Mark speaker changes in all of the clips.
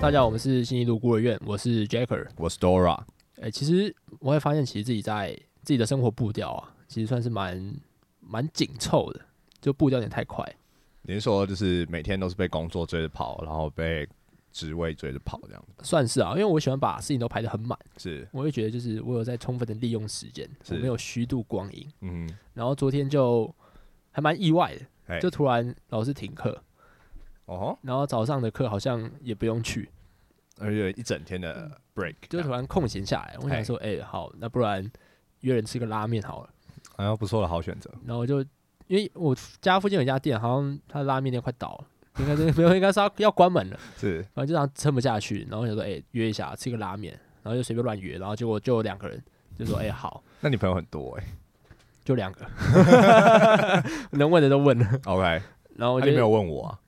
Speaker 1: 大家好，我们是新一路孤儿院，我是 Jacker。
Speaker 2: 我是 Dora，
Speaker 1: 哎、其实我会发现，其实自己在自己的生活步调啊，其实算是蛮蛮紧凑的，就步调有点太快。
Speaker 2: 你是说就是每天都是被工作追着跑，然后被职位追着跑这样子？
Speaker 1: 算是啊，因为我喜欢把事情都排得很满，
Speaker 2: 是，
Speaker 1: 我会觉得就是我有在充分的利用时间，我
Speaker 2: 是
Speaker 1: 没有虚度光阴。
Speaker 2: 嗯，
Speaker 1: 然后昨天就还蛮意外的，
Speaker 2: 哎，
Speaker 1: 就突然老师停课，
Speaker 2: 哦吼，
Speaker 1: 然后早上的课好像也不用去，
Speaker 2: 而且一整天的 break，
Speaker 1: 嗯就
Speaker 2: 这
Speaker 1: 突
Speaker 2: 样
Speaker 1: 然空闲下来。我想
Speaker 2: 哎
Speaker 1: 说，哎、好，那不然约人吃个拉面好了。
Speaker 2: 好像不错的好选 择，
Speaker 1: 然后我就因为我家附近有一家店，好像它的拉面店快倒了，应该是 没有，应该是要要关门了，
Speaker 2: 是
Speaker 1: 反正就这样撑不下去，然后想说，哎、约一下吃个拉面，然后就随便乱约，然后结果就有两个人就说，哎、好，
Speaker 2: 那你朋友很多 哎、
Speaker 1: 就两个， 能问的都问了，
Speaker 2: o k
Speaker 1: 然后我
Speaker 2: 那
Speaker 1: 就
Speaker 2: 你没有问我啊？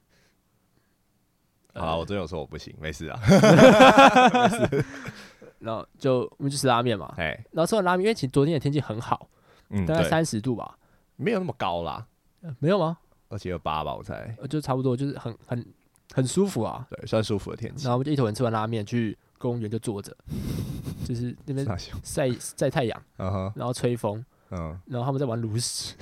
Speaker 1: 呃
Speaker 2: 好啦，我真有说我不行，没事 啊，
Speaker 1: 然后就我们就吃拉面嘛，
Speaker 2: 哎，
Speaker 1: 然后吃完拉面，因为其实昨天的天气很好，
Speaker 2: 嗯，
Speaker 1: 大概
Speaker 2: 对，
Speaker 1: 三十度吧，
Speaker 2: 没有那么高啦，
Speaker 1: 呃没有吗？
Speaker 2: 二七二八吧，我猜，
Speaker 1: 呃就差不多，就是很很很舒服啊。
Speaker 2: 对，算舒服的天气
Speaker 1: 然。后我们就一头人吃完拉面去公园就坐着，就是那 边
Speaker 2: 傻笑
Speaker 1: 晒晒太阳，
Speaker 2: 嗯哼，
Speaker 1: 然后吹风，
Speaker 2: 嗯，
Speaker 1: 然后他们在玩炉石，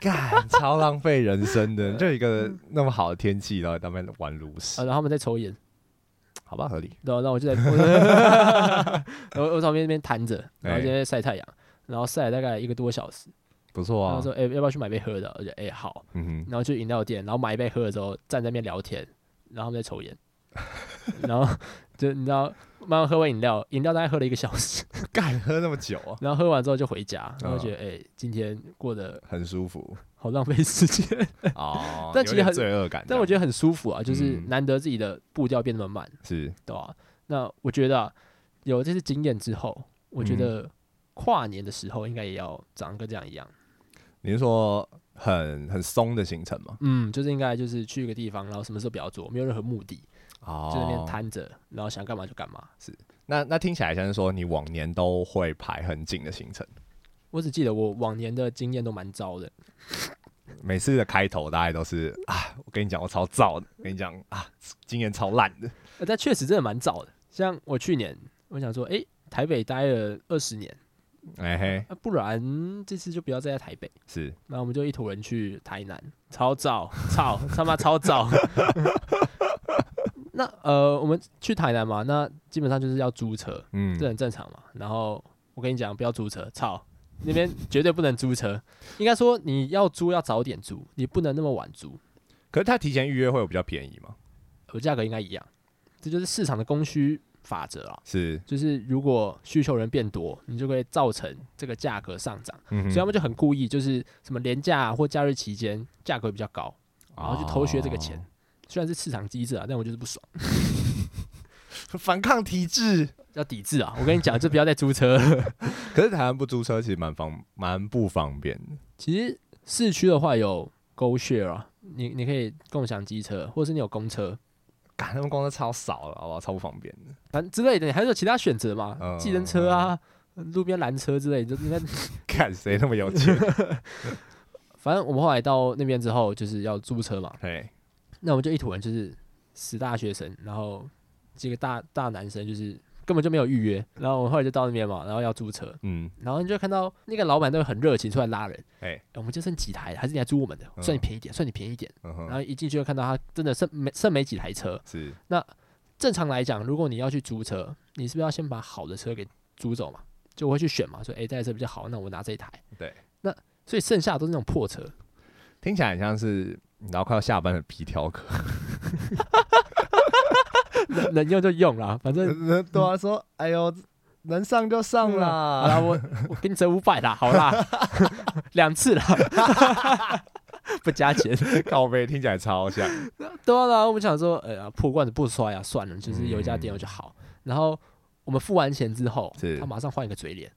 Speaker 2: 干，超浪费人生的，就一个
Speaker 1: 嗯
Speaker 2: 那么好的天气，然后在那边玩炉石
Speaker 1: 啊，，然后他们在抽烟，
Speaker 2: 好吧，合理。
Speaker 1: 然后然后我就在，我在我我 在旁边那边摊着，然后就在晒太阳，然后晒了大概一个多小时，
Speaker 2: 不错
Speaker 1: 然后
Speaker 2: 啊
Speaker 1: 说，哎、要不要去买杯喝的？我就哎、好，
Speaker 2: 嗯哼，
Speaker 1: 然后去饮料店，然后买一杯喝了之后，站在那边聊天，然后他们在抽烟，然后 就你知道，慢慢喝完饮料，饮料大概喝了一个小时，
Speaker 2: 干喝那么久啊，
Speaker 1: 然后喝完之后就回家，然后觉得哎、今天过得
Speaker 2: 很 舒服
Speaker 1: 好浪费时间。
Speaker 2: 哦
Speaker 1: 但其实
Speaker 2: 有点
Speaker 1: 很
Speaker 2: 罪恶感这样，
Speaker 1: 但我觉得很舒服啊，就是
Speaker 2: 嗯
Speaker 1: 难得自己的步调变那么慢，
Speaker 2: 得是
Speaker 1: 对吧、那我觉得啊、有这次经验之后，我觉
Speaker 2: 嗯
Speaker 1: 得跨年的时候应该也要长跟这样一样，
Speaker 2: 你是说很很松的行程吗？
Speaker 1: 嗯，就是应该就是去一个地方，然后什么事都不要做，没有任何目的，
Speaker 2: 哦
Speaker 1: 就在那边摊着，然后想干嘛就干嘛。
Speaker 2: 那那听起来像是说你往年都会排很紧的行程，
Speaker 1: 我只记得我往年的经验都蛮糟的，
Speaker 2: 每次的开头大概都是啊，我跟你讲我超燥的，跟你讲啊，经验超烂的，
Speaker 1: 呃但确实真的蛮糟的。像我去年，我想说，诶，台北待了二十年，啊
Speaker 2: 哎嘿，
Speaker 1: 那、不然这次就不要再在台北。
Speaker 2: 是
Speaker 1: 那我们就一坨人去台南，超早，操他妈超早。 那呃，我们去台南嘛，那基本上就是要租车，
Speaker 2: 嗯
Speaker 1: 这很正常嘛。然后我跟你讲，不要租车，操那边绝对不能租车。应该说你要租要早点租，你不能那么晚租，
Speaker 2: 可是他提前预约会有比较便宜吗？
Speaker 1: 我价格应该一样。这就是市场的供需法则啊，
Speaker 2: 是，
Speaker 1: 就是如果需求人变多，你就会造成这个价格上涨，
Speaker 2: 嗯哼
Speaker 1: 所以他们就很故意，就是什么廉价、啊、或假日期间价格比较高。然后去偷学这个钱
Speaker 2: 哦
Speaker 1: 虽然是市场机制啊，但我就是不爽，
Speaker 2: 反抗体制。
Speaker 1: 要抵制啊！我跟你讲，就不要再租车了。
Speaker 2: 可是台湾不租车其实蛮方蛮不方便的，
Speaker 1: 其实市区的话有 Go Share 啊，你你可以共享机车，或是你有公车，
Speaker 2: 干他们公车超少了，好不好？超不方便的。
Speaker 1: 反正之类的，你还是有其他选择嘛，
Speaker 2: 嗯
Speaker 1: 计程车啊、路边拦车之类的，就应该。
Speaker 2: 看谁那么有 钱？
Speaker 1: 反正我们后来到那边之后，就是要租车嘛，
Speaker 2: 嘿，
Speaker 1: 那我们就一坨人就是死大学生，然后几个大大男生就是根本就没有预约，然后我们后来就到那边嘛，然后要租车，
Speaker 2: 嗯，
Speaker 1: 然后你就看到那个老板都很热情出来拉人，
Speaker 2: 哎
Speaker 1: 哎，我们就剩几台了，还是你来租我们的，
Speaker 2: 嗯
Speaker 1: 算你便宜一点，算你便宜一点。
Speaker 2: 嗯
Speaker 1: 然
Speaker 2: 哼，
Speaker 1: 后一进去就看到他真的剩没剩没几台车。
Speaker 2: 是
Speaker 1: 正常来讲，如果你要去租车，你是不是要先把好的车给租走嘛？就我会去选嘛，说哎这台车比较好，那我拿这一台。
Speaker 2: 对，
Speaker 1: 那所以剩下都是那种破车，
Speaker 2: 听起来很像是然后快要下班的皮条 客。
Speaker 1: 能能用就用啦，反正
Speaker 2: 对啊，说哎呦，能上就上
Speaker 1: 好
Speaker 2: 啦。
Speaker 1: 啦，我我给你折五百啦，好 啦，两次啦，不加 钱。
Speaker 2: 靠背听起来超像。
Speaker 1: 对啊，然后我们想说，呃、破罐子不摔呀、算了，就是有一家店我就好。然后我们付完钱之后
Speaker 2: 嗯是，
Speaker 1: 他马上换一个嘴脸，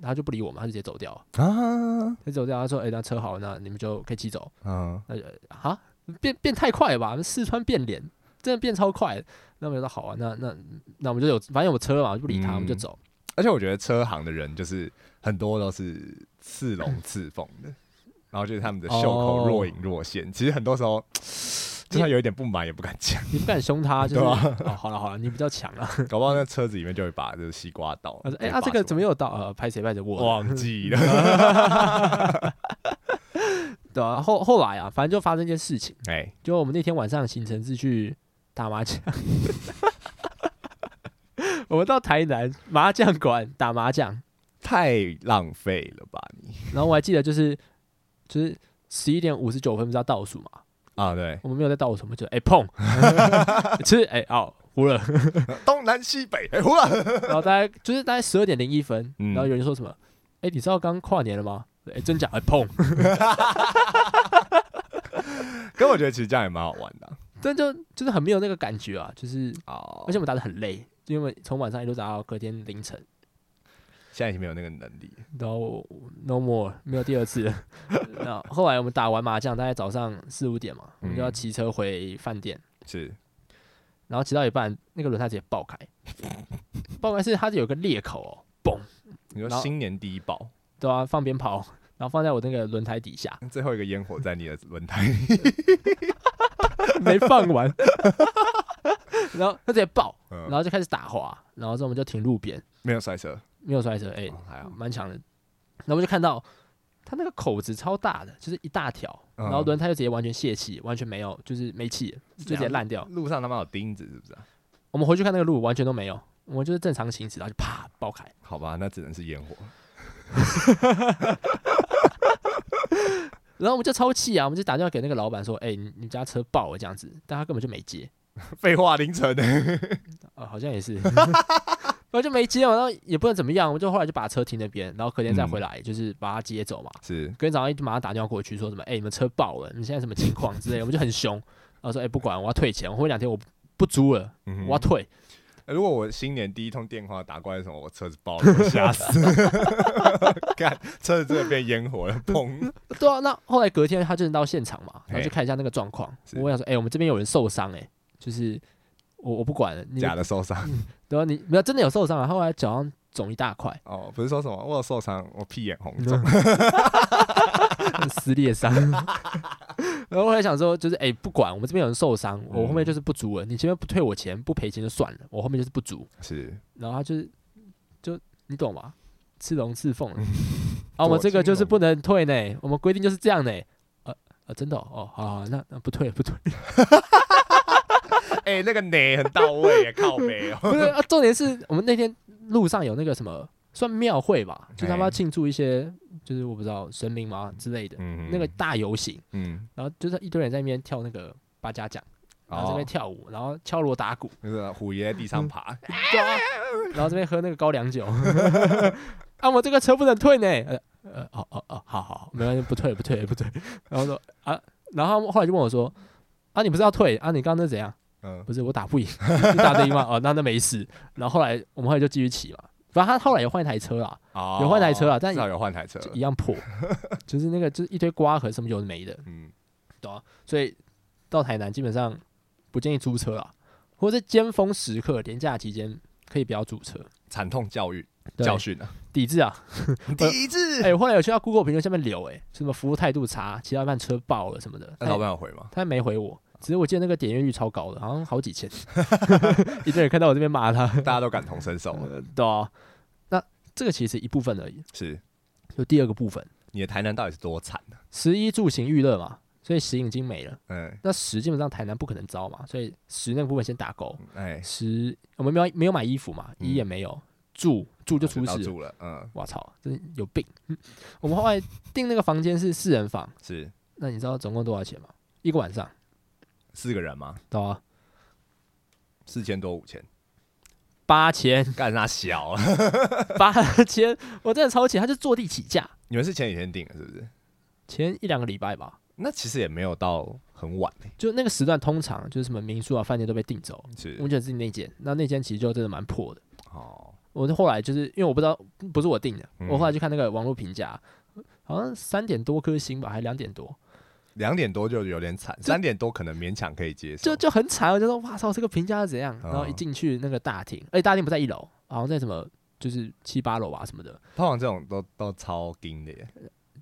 Speaker 1: 他就不理我们，他就直接走掉了。
Speaker 2: 啊，
Speaker 1: 他走掉，他说：“哎、那车好，那你们就可以骑走。
Speaker 2: 嗯”，
Speaker 1: 那就啊，变变太快了吧？四川变脸，真的变超快的。那我们就说好啊，那那那我们就有，反正有车了嘛，我就不理他，
Speaker 2: 嗯
Speaker 1: 我们就走。
Speaker 2: 而且我觉得车行的人就是很多都是刺龙刺凤 的，然后就是他们的袖口若隐若现。其实很多时候，就算有一点不哦满也不敢 讲，
Speaker 1: 你不敢凶他，就是、
Speaker 2: 对啊
Speaker 1: 哦，好了好了，你比较强啊。
Speaker 2: 搞不好那车子里面就会把这个西瓜倒。
Speaker 1: 他说，哎、啊，这个怎么
Speaker 2: 又
Speaker 1: 又到？呃，拍谁拍谁我，
Speaker 2: 忘记了？
Speaker 1: 对啊，后后来啊，反正就发生一件事情，
Speaker 2: 哎、
Speaker 1: 就我们那天晚上行程是去打麻将，我们到台南麻将馆打麻将，
Speaker 2: 太浪费了吧你
Speaker 1: 然后我还记得就是就是十一点五十九分不是要倒数嘛，
Speaker 2: 啊！对，
Speaker 1: 我们没有在倒数，我们就哎、碰，就是哎、哦糊了，
Speaker 2: 东南西北，哎、胡了，
Speaker 1: 然后大概就是大概十二点零一分，
Speaker 2: 嗯
Speaker 1: 然后有人说什么，哎、你知道刚跨年了吗？哎、真假哎、碰，
Speaker 2: 可我觉得其实这样也蛮好玩的啊
Speaker 1: 但就就是很没有那个感觉啊，就是
Speaker 2: 哦。
Speaker 1: 而且我们打的很累，因为从晚上一路打到隔天凌晨，
Speaker 2: 现在已经没有那个能力，
Speaker 1: 然后 no more 没有第二次 了。然后后来我们打完麻将，大概早上四五点嘛，我们就要
Speaker 2: 嗯
Speaker 1: 骑车回饭店，
Speaker 2: 是
Speaker 1: 然后骑到一半，那个轮胎直接爆开，爆开是它有个裂口哦，嘣，
Speaker 2: 你说
Speaker 1: 然后
Speaker 2: 新年第一宝，
Speaker 1: 对啊，放鞭炮，然后放在我那个轮胎底下，
Speaker 2: 最后一个烟火在你的轮胎里，
Speaker 1: 没放完， 然后它直接爆，
Speaker 2: 嗯
Speaker 1: 然后就开始打滑，然后之后我们就停路边，
Speaker 2: 没有摔车，
Speaker 1: 没有摔车，哎、
Speaker 2: 哦还好。
Speaker 1: 蛮强的。然后我就看到它那个口子超大的，就是一大条，
Speaker 2: 嗯
Speaker 1: 然后轮胎就直接完全泄气，完全没有，就是没气了，就直接烂掉。
Speaker 2: 路上他妈有钉子是不是、啊？
Speaker 1: 我们回去看那个路，完全都没有，我们就是正常行驶，然后就啪爆开。
Speaker 2: 好吧，那只能是烟火。
Speaker 1: 然后我们就超气啊，我们就打电话给那个老板说：“哎、你你们家车爆了这样子。”但他根本就没接，
Speaker 2: 废话，凌晨呢、
Speaker 1: 啊、好像也是，我就没接嘛，然后也不能怎么样，我就后来就把车停那边，然后隔天再回来，就是把他接走嘛。
Speaker 2: 是
Speaker 1: 隔天早上一马上打电话过去，说什么：“哎、你们车爆了，你现在什么情况之类的。”我们就很凶，然后说：“哎、不管，我要退钱，我回两天我不租了，
Speaker 2: 嗯
Speaker 1: 我要退。
Speaker 2: 如果我新年第一通电话打过来是什么，我车子爆了，我吓死。 看车子真的变烟火了，砰！
Speaker 1: 对啊，那后来隔天他就是到现场嘛，然后
Speaker 2: 嘿
Speaker 1: 就看一下那个状况。
Speaker 2: 是
Speaker 1: 我想说：“哎、我们这边有人受伤，哎，就是我我不管了，你
Speaker 2: 假的受伤，
Speaker 1: 对啊，你没有真的有受伤啊，后来脚上肿一大块
Speaker 2: 哦，不是说什么我有受伤，我屁眼红 肿。
Speaker 1: 撕裂伤。” 然后后来想说，就是哎、不管我们这边有人受伤，我
Speaker 2: 嗯
Speaker 1: 后面就是不足了。你前面不退我钱，不赔钱就算了，我后面就是不足。
Speaker 2: 是
Speaker 1: 然后他就是就你懂吗？刺龙刺 凤了啊！我们
Speaker 2: 躲
Speaker 1: 这个
Speaker 2: 青
Speaker 1: 就是
Speaker 2: 龙
Speaker 1: 不能退呢，我们规定就是这样呢。呃呃，真的哦，哦好好，那那不退不退，
Speaker 2: 哎、那个奶很到位耶，靠背哦。
Speaker 1: 不是啊。重点是我们那天路上有那个什么算庙会吧，就是他们要
Speaker 2: 哎
Speaker 1: 庆祝一些，就是我不知道神明嘛之类的
Speaker 2: 嗯
Speaker 1: 那个大游行，
Speaker 2: 嗯，
Speaker 1: 然后就是一堆人在那边跳那个八家将，然后这边
Speaker 2: 哦，
Speaker 1: 跳舞，然后敲锣打鼓，
Speaker 2: 就是虎爷在地上爬，
Speaker 1: 对啊，然后这边喝那个高粱酒， 啊，我这个车不能退呢，呃呃，哦哦哦，好好，没关系，不退不退不退，然后说啊，然后后来就问我说，啊，你不是要退啊？你刚刚那怎样？
Speaker 2: 嗯，
Speaker 1: 不是我打不赢，你打得赢吗？哦，那那没事。然后后来我们后来就继续骑嘛，反正他后来也换一台车啦，
Speaker 2: 哦
Speaker 1: 有换台车啊但
Speaker 2: 至少有换台车。
Speaker 1: 就一样破，就是那个就是一堆瓜和什么有的没的，
Speaker 2: 嗯，
Speaker 1: 所以到台南基本上不建议租车啦，或者是尖峰时刻廉价期间可以不要租车，
Speaker 2: 惨痛教育
Speaker 1: 对
Speaker 2: 教 训啊，
Speaker 1: 抵制啊。
Speaker 2: 抵制。
Speaker 1: 哎、我后来有去到 Google 评论下面留、哎，什么服务态度差，骑到一半车爆了什么的，
Speaker 2: 那
Speaker 1: 他
Speaker 2: 老板有回吗？
Speaker 1: 他没回我，只是我记得那个点阅率超高的，好像好几 千， 一堆人看到我这边骂他，
Speaker 2: 大家都感同身受了，
Speaker 1: 呃对啊，那这个其实一部分而已，
Speaker 2: 是
Speaker 1: 就第二个部分，
Speaker 2: 你的台南到底是多惨啊？
Speaker 1: 十一住行娱乐嘛，所以十已经没了，
Speaker 2: 嗯，
Speaker 1: 那十基本上台南不可能招嘛，所以十那个部分先打勾，
Speaker 2: 哎，
Speaker 1: 十我们没有没有买衣服嘛，衣也没有，住住就出
Speaker 2: 嗯到
Speaker 1: 事了，
Speaker 2: 住了，嗯，
Speaker 1: 我操，真有病， 我们后来订那个房间是四人房。
Speaker 2: 是
Speaker 1: 那你知道总共多少钱吗？一个晚上，
Speaker 2: 四个人吗？
Speaker 1: 懂吗？
Speaker 2: 四千多五千，
Speaker 1: 八千，
Speaker 2: 干那小啊了。
Speaker 1: 八千，我真的超气，他就坐地起价，
Speaker 2: 你们是前几天订的，是不是？
Speaker 1: 前一两个礼拜吧，
Speaker 2: 那其实也没有到很晚欸
Speaker 1: 就那个时段，通常就是什么民宿啊、饭店都被订走，我
Speaker 2: 是
Speaker 1: 们就自己那间，那那间其实就真的蛮破的。
Speaker 2: 哦，
Speaker 1: 我就后来就是因为我不知道不是我订的，
Speaker 2: 嗯
Speaker 1: 我后来去看那个网络评价，好像三点多颗星吧，还两点多，
Speaker 2: 两点多就有点惨，三点多可能勉强可以接受
Speaker 1: 就。就很惨。我就说哇操，这个评价是怎样？哎
Speaker 2: 哦
Speaker 1: 然后一进去那个大厅，而且大厅不在一楼，好像在什么就是七八楼吧什么的，
Speaker 2: 通常这种都都超硬的耶，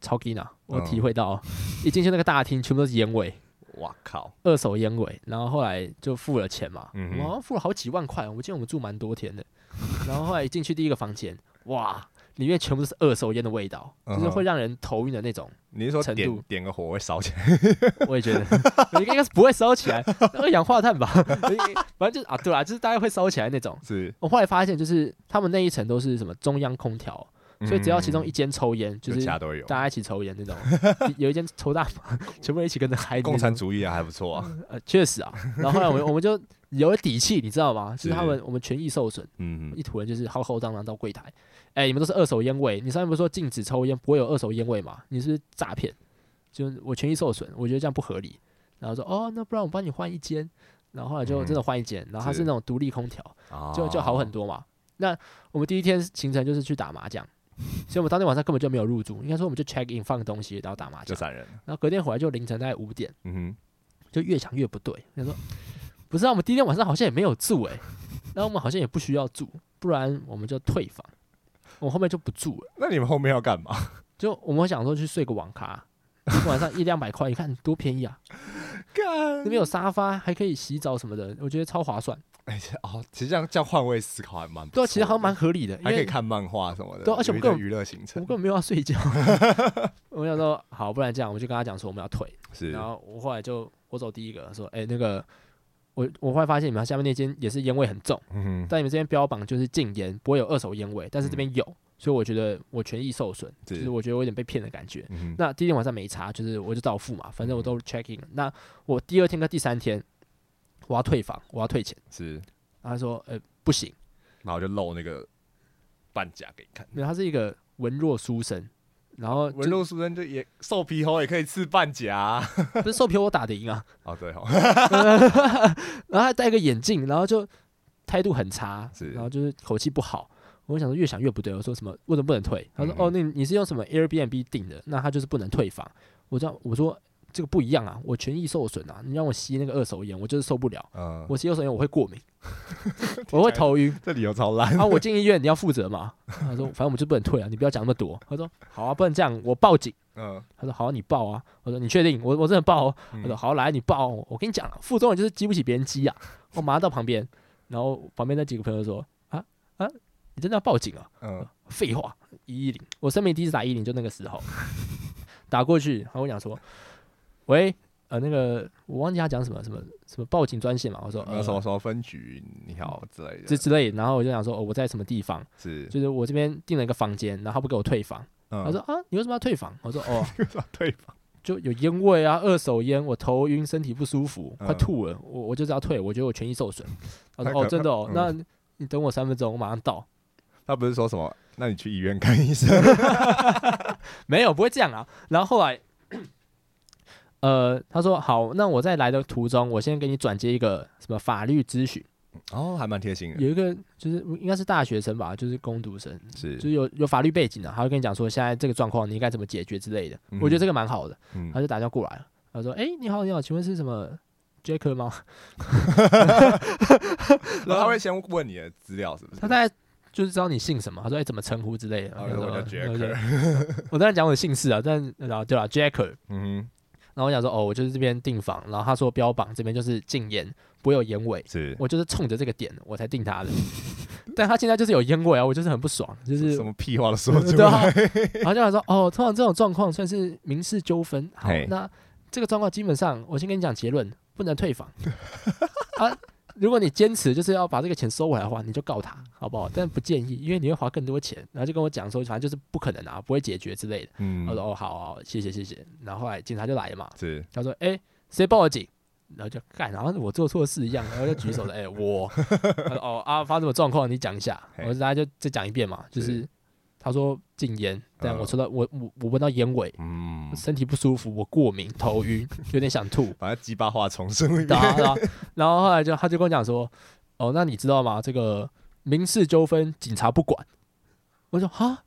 Speaker 1: 超低呢。
Speaker 2: 哦
Speaker 1: 我体会到，一进去那个大厅全部都是烟味，
Speaker 2: 哇靠！
Speaker 1: 二手烟味。然后后来就付了钱嘛，
Speaker 2: 嗯
Speaker 1: 我
Speaker 2: 哼
Speaker 1: 们好像付了好几万块，我记得我们住蛮多天的。然后后来一进去第一个房间，哇，里面全部都是二手烟的味道，就是
Speaker 2: 嗯哼
Speaker 1: 会让人头晕的那种。
Speaker 2: 你是说
Speaker 1: 程
Speaker 2: 点
Speaker 1: 度
Speaker 2: 点个火会烧起来？
Speaker 1: 我也觉得， 应该是不会烧起来，那个氧化碳吧， 反正就是啊，对啊，就是大概会烧起来那种。
Speaker 2: 是，
Speaker 1: 我后来发现，就是他们那一层都是什么中央空调， 所以只要其中一
Speaker 2: 嗯
Speaker 1: 间抽烟，就
Speaker 2: 就是其他都有。
Speaker 1: 大家一起抽烟那种， 有一间抽大 麻，全部人一起跟着嗨。
Speaker 2: 共产，主义啊，还不 错啊。
Speaker 1: 呃，确实啊。然后后来 我们我们就有了底气，你知道吗？就是他们我们权益受损，
Speaker 2: 嗯，
Speaker 1: 一坨人就是浩浩荡荡到柜台，哎，你们都是二手烟味，你上面不是说禁止抽烟，不会有二手烟味吗？你是不是诈骗，就是我权益受损，我觉得这样不合理。然后说哦，那不然我帮你换一间，然后后来就
Speaker 2: 嗯
Speaker 1: 真的换一间，然后它是
Speaker 2: 是
Speaker 1: 那种独立空调。
Speaker 2: 哦
Speaker 1: 就就好很多嘛。那我们第一天行程就是去打麻将，所以我们当天晚上根本就没有入住，应该说我们就 check in 放东西，然后打麻
Speaker 2: 就
Speaker 1: 将，
Speaker 2: 散人了。
Speaker 1: 然后隔天回来就凌晨大概五点，
Speaker 2: 嗯
Speaker 1: 就越想越不对，他说不是啊，我们第一天晚上好像也没有住诶、那我们好像也不需要住，不然我们就退房，我们后面就不住了
Speaker 2: 哼，，那你们后面要干嘛？
Speaker 1: 就我们想说去睡个网咖。一个晚上一两百块，你看多便宜啊！
Speaker 2: 干
Speaker 1: 那边有沙发，还可以洗澡什么的，我觉得超划算。
Speaker 2: 哎其实哦，其实这样这样换位思考还蛮不
Speaker 1: 对啊，
Speaker 2: 错
Speaker 1: 其实好像蛮
Speaker 2: 的
Speaker 1: 合理的，因
Speaker 2: 还可
Speaker 1: 为
Speaker 2: 以看漫画什么的，
Speaker 1: 对啊而且我们
Speaker 2: 有一个
Speaker 1: 根本
Speaker 2: 娱乐行
Speaker 1: 我
Speaker 2: 程
Speaker 1: 根本没有要 睡觉。我想说，好，不然这样，我就跟他讲说我们要退。
Speaker 2: 是
Speaker 1: 然后我后来就我走第一个，说，哎、那个我我后来发现你们下面那间也是烟味很重，
Speaker 2: 嗯哼
Speaker 1: 但你们这边标榜就是禁烟，不会有二手烟味，但是这边
Speaker 2: 嗯
Speaker 1: 有，所以我觉得我权益受损，
Speaker 2: 是
Speaker 1: 就是我觉得我有点被骗的感觉。
Speaker 2: 嗯哼
Speaker 1: 那第一天晚上没查，就是我就照付嘛，反正我都
Speaker 2: 嗯
Speaker 1: check in 了。那我第二天跟第三天我要退房，我要退钱。
Speaker 2: 是，
Speaker 1: 然后他说，呃，不行，
Speaker 2: 然后就露那个半甲给你看。
Speaker 1: 没有，他是一个文弱书生，然后
Speaker 2: 文弱书生呃就也瘦皮猴也可以吃半甲啊。
Speaker 1: 就不是受骗我打得赢啊。
Speaker 2: 哦对 哦，
Speaker 1: 然后还戴个眼镜，然后就态度很差
Speaker 2: 是，
Speaker 1: 然后就是口气不好。我想说越想越不对，我说什么为什么不能退？他说、
Speaker 2: 嗯
Speaker 1: 哦，那你是用什么 Airbnb 订的？那他就是不能退房。我知道，我说这个不一样啊，我权益受损啊，你让我吸那个二手烟，我就是受不了。
Speaker 2: 嗯，
Speaker 1: 我吸二手烟我会过 敏，我会头晕。
Speaker 2: 这理由超烂。
Speaker 1: 啊，我进医院你要负责嘛？他说反正我们就不能退啊，你不要讲那么多。他说好啊，不能这样，我报警。
Speaker 2: 嗯，
Speaker 1: 他说好、你报啊。我说你确定？我我真的报、哦。
Speaker 2: 嗯
Speaker 1: 他说好来，你报哦、我跟你讲了，副总就是激不起别人激啊。我马上到旁边，然后旁边那几个朋友说啊啊，你真的要报警啊？
Speaker 2: 嗯
Speaker 1: 废话，一一零，我生命第一次打一零就那个时候， 打过去，然后我讲说，喂，呃，那个我忘记他讲什么什么什么报警专线嘛，我说
Speaker 2: 有没有什么啊
Speaker 1: 呃
Speaker 2: 什么分局你好之类
Speaker 1: 之
Speaker 2: 的，
Speaker 1: 之类的，然后我就想说、哦、我在什么地方，
Speaker 2: 是
Speaker 1: 就是我这边订了一个房间，然后他不给我退房，
Speaker 2: 嗯
Speaker 1: 他说啊，你为什么要退房？我说哦，
Speaker 2: 对吧？
Speaker 1: 就有烟味啊，二手烟，我头晕，身体不舒服，
Speaker 2: 嗯
Speaker 1: 快吐了，我我就是要退，我觉得我权益受损。他
Speaker 2: 太
Speaker 1: 说
Speaker 2: 可
Speaker 1: 哦，真的哦，
Speaker 2: 嗯
Speaker 1: 那你等我三分钟，我马上到。
Speaker 2: 他不是说什么？那你去医院看医生。
Speaker 1: 没有，不会这样啊。 然后后来，呃，他说好，那我在来的途中，我先给你转接一个什么法律咨询，
Speaker 2: 哦，还蛮贴心的，，
Speaker 1: 有一个就是应该是大学生吧，就是攻读生，就是是有有法律背景的、他会跟你讲说现在这个状况你应该怎么解决之类的。
Speaker 2: 嗯
Speaker 1: 我觉得这个蛮好的。
Speaker 2: 嗯
Speaker 1: 他就打电话过来了，他说：“哎、你好，你好，请问是什么 Jack 吗？”
Speaker 2: 然后他会先问你的资料是不是？
Speaker 1: 他大概就是知道你姓什么，他说哎、怎么称呼之类的。
Speaker 2: 嗯哦我叫 Jacker
Speaker 1: 对我当然讲我的姓氏啊，但然后对了 Jacker，
Speaker 2: 嗯
Speaker 1: 然后我讲说哦，我就是这边订房，然后他说标榜这边就是禁烟，不会有烟味
Speaker 2: 哼，，是
Speaker 1: 我就是冲着这个点我才订他的，但他现在就是有烟味啊，我就是很不爽，就是
Speaker 2: 什么屁话都说 出
Speaker 1: 对啊
Speaker 2: 来，，
Speaker 1: 然后就想说哦，通常这种状况算是民事纠纷。好
Speaker 2: 嘿，
Speaker 1: 那这个状况基本上，我先跟你讲结论，不能退房啊。如果你坚持就是要把这个钱收回来的话，你就告他，好不好？但不建议，因为你会花更多钱。然后就跟我讲说，反正就是不可能啊，不会解决之类的。
Speaker 2: 嗯
Speaker 1: 我，说哦，好好，谢谢谢谢。然后后来警察就来了嘛，
Speaker 2: 是
Speaker 1: 他说：“哎、谁报的警？”然后就干，然后我做错事一样，然后就举手了。哎、我，他说哦啊，发生什么状况？你讲一下。
Speaker 2: 嘿
Speaker 1: 我说大家就再讲一遍嘛，就是
Speaker 2: 是
Speaker 1: 他说禁烟，但
Speaker 2: 嗯
Speaker 1: 我抽到我我我闻到烟味，
Speaker 2: 嗯，。
Speaker 1: 身体不舒服，我过敏、头晕，有点想吐
Speaker 2: 反正鸡巴话重 申一
Speaker 1: 然
Speaker 2: 遍，
Speaker 1: 后然后然后后来就他就跟我讲说：“哦，那你知道吗？这个民事纠纷警察不管。”我说：“哈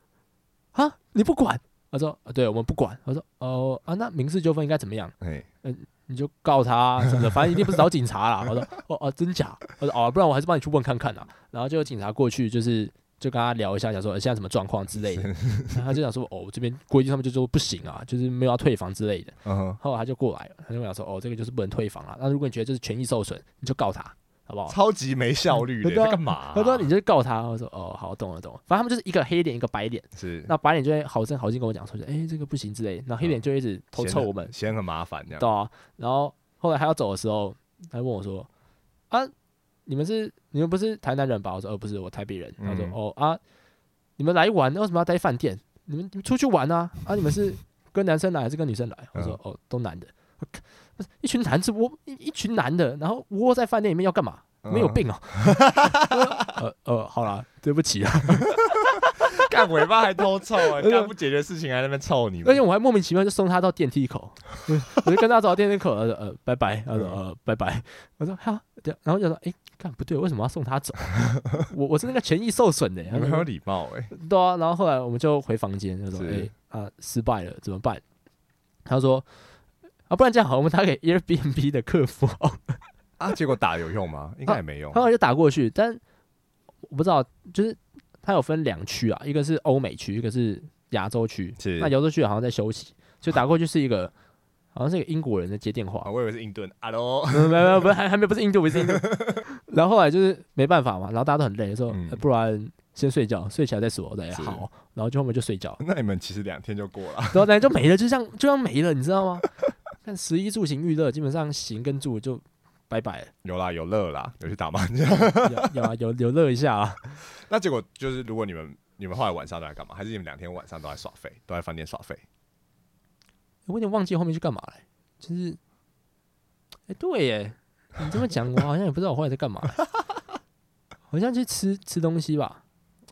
Speaker 1: 哈，你不管？”他说：“啊对我们不管。”他说：“哦啊，那民事纠纷应该怎么样？”
Speaker 2: 哎，
Speaker 1: 你就告他啊什么的，反正一定不是找警啊察啦。我说哦哦、真假？我说哦，不然我还是帮你去问看看啦。然后就有警察过去，就是就跟他聊一下，讲说呃现在什么状况之类的。然后他就想说，哦，这边规定上面就说不行啊，就是没有要退房之类的。
Speaker 2: 嗯哼，
Speaker 1: 后来他就过来了，他就跟我讲说，哦，这个就是不能退房啊。那如果你觉得这是权益受损，你就告他，好不好？
Speaker 2: 超级没效率的，
Speaker 1: 对啊
Speaker 2: 在干嘛啊？
Speaker 1: 他说你就告他，我说哦好懂了懂了，反正他们就是一个黑脸一个白脸，
Speaker 2: 是
Speaker 1: 那白脸就会好声好气跟我讲说，哎、这个不行之类的，然后黑脸就一直偷
Speaker 2: 嫌
Speaker 1: 臭
Speaker 2: 很
Speaker 1: 我们，
Speaker 2: 嫌很麻烦这样。
Speaker 1: 对啊，然后后来他要走的时候，他就问我说：“啊，你们是你们不是台南人吧？”我说：“哦，不是，我台北人。”他说：“
Speaker 2: 嗯
Speaker 1: 哦啊，你们来玩为什么要待饭店？你们你们出去玩啊？啊，你们是跟男生来还是跟女生来？”我说：“
Speaker 2: 嗯
Speaker 1: 哦，都男的。”我靠不是一群男子窝一一群男的，然后窝在饭店里面要干嘛？你们有
Speaker 2: 嗯
Speaker 1: 病哦！ 呃呃，好啦，对不起啊。
Speaker 2: 干尾巴还偷臭 哎，
Speaker 1: 且
Speaker 2: 干不解决事情还在那边臭你们，
Speaker 1: 而且我还莫名其妙就送他到电梯口，我就跟他走到电梯口，他说呃拜拜，他说呃拜拜，我说哈，然后就说诶，干不对，为什么要送他走？我我是那个权益受损的，
Speaker 2: 你们很有礼貌 哎，
Speaker 1: 对啊，然后后来我们就回房间，他说
Speaker 2: 是
Speaker 1: 诶，啊失败了怎么办？他说啊不然这样好，我们打给 Airbnb 的客服好了，
Speaker 2: 啊，结果打有用吗？应该也没用
Speaker 1: 他。后来就打过去，但我不知道，就是他有分两区啊，一个是欧美区，一个是亚洲区。
Speaker 2: 是
Speaker 1: 那亚洲区好像在休息，所以打过去是一个好像是一个英国人在接电
Speaker 2: 啊，
Speaker 1: 话，
Speaker 2: 我以为是印顿，hello，
Speaker 1: 没有没有，不是还还没不是印度，不是印度。然后后来就是没办法嘛，然后大家都很累，说、
Speaker 2: 嗯
Speaker 1: 呃不然先睡觉，睡起来再说。我说哎
Speaker 2: 是，
Speaker 1: 好，然后就后面就睡觉
Speaker 2: 那你们其实两天就过了，
Speaker 1: 然 后那就没了，就像就像没了，你知道吗？看十一住行娱乐，基本上行跟住就拜拜了，
Speaker 2: 有啦有乐啦，有去打麻将。
Speaker 1: 有有啊有有乐一下啊。
Speaker 2: 那结果就是，如果你们你们后来晚上都在干嘛？还是你们两天晚上都在耍废，都在饭店耍废？
Speaker 1: 我有点忘记后面去干嘛了、就是，哎、对耶，你这么讲，我好像也不知道我后来在干嘛 欸、好像去吃吃东西吧，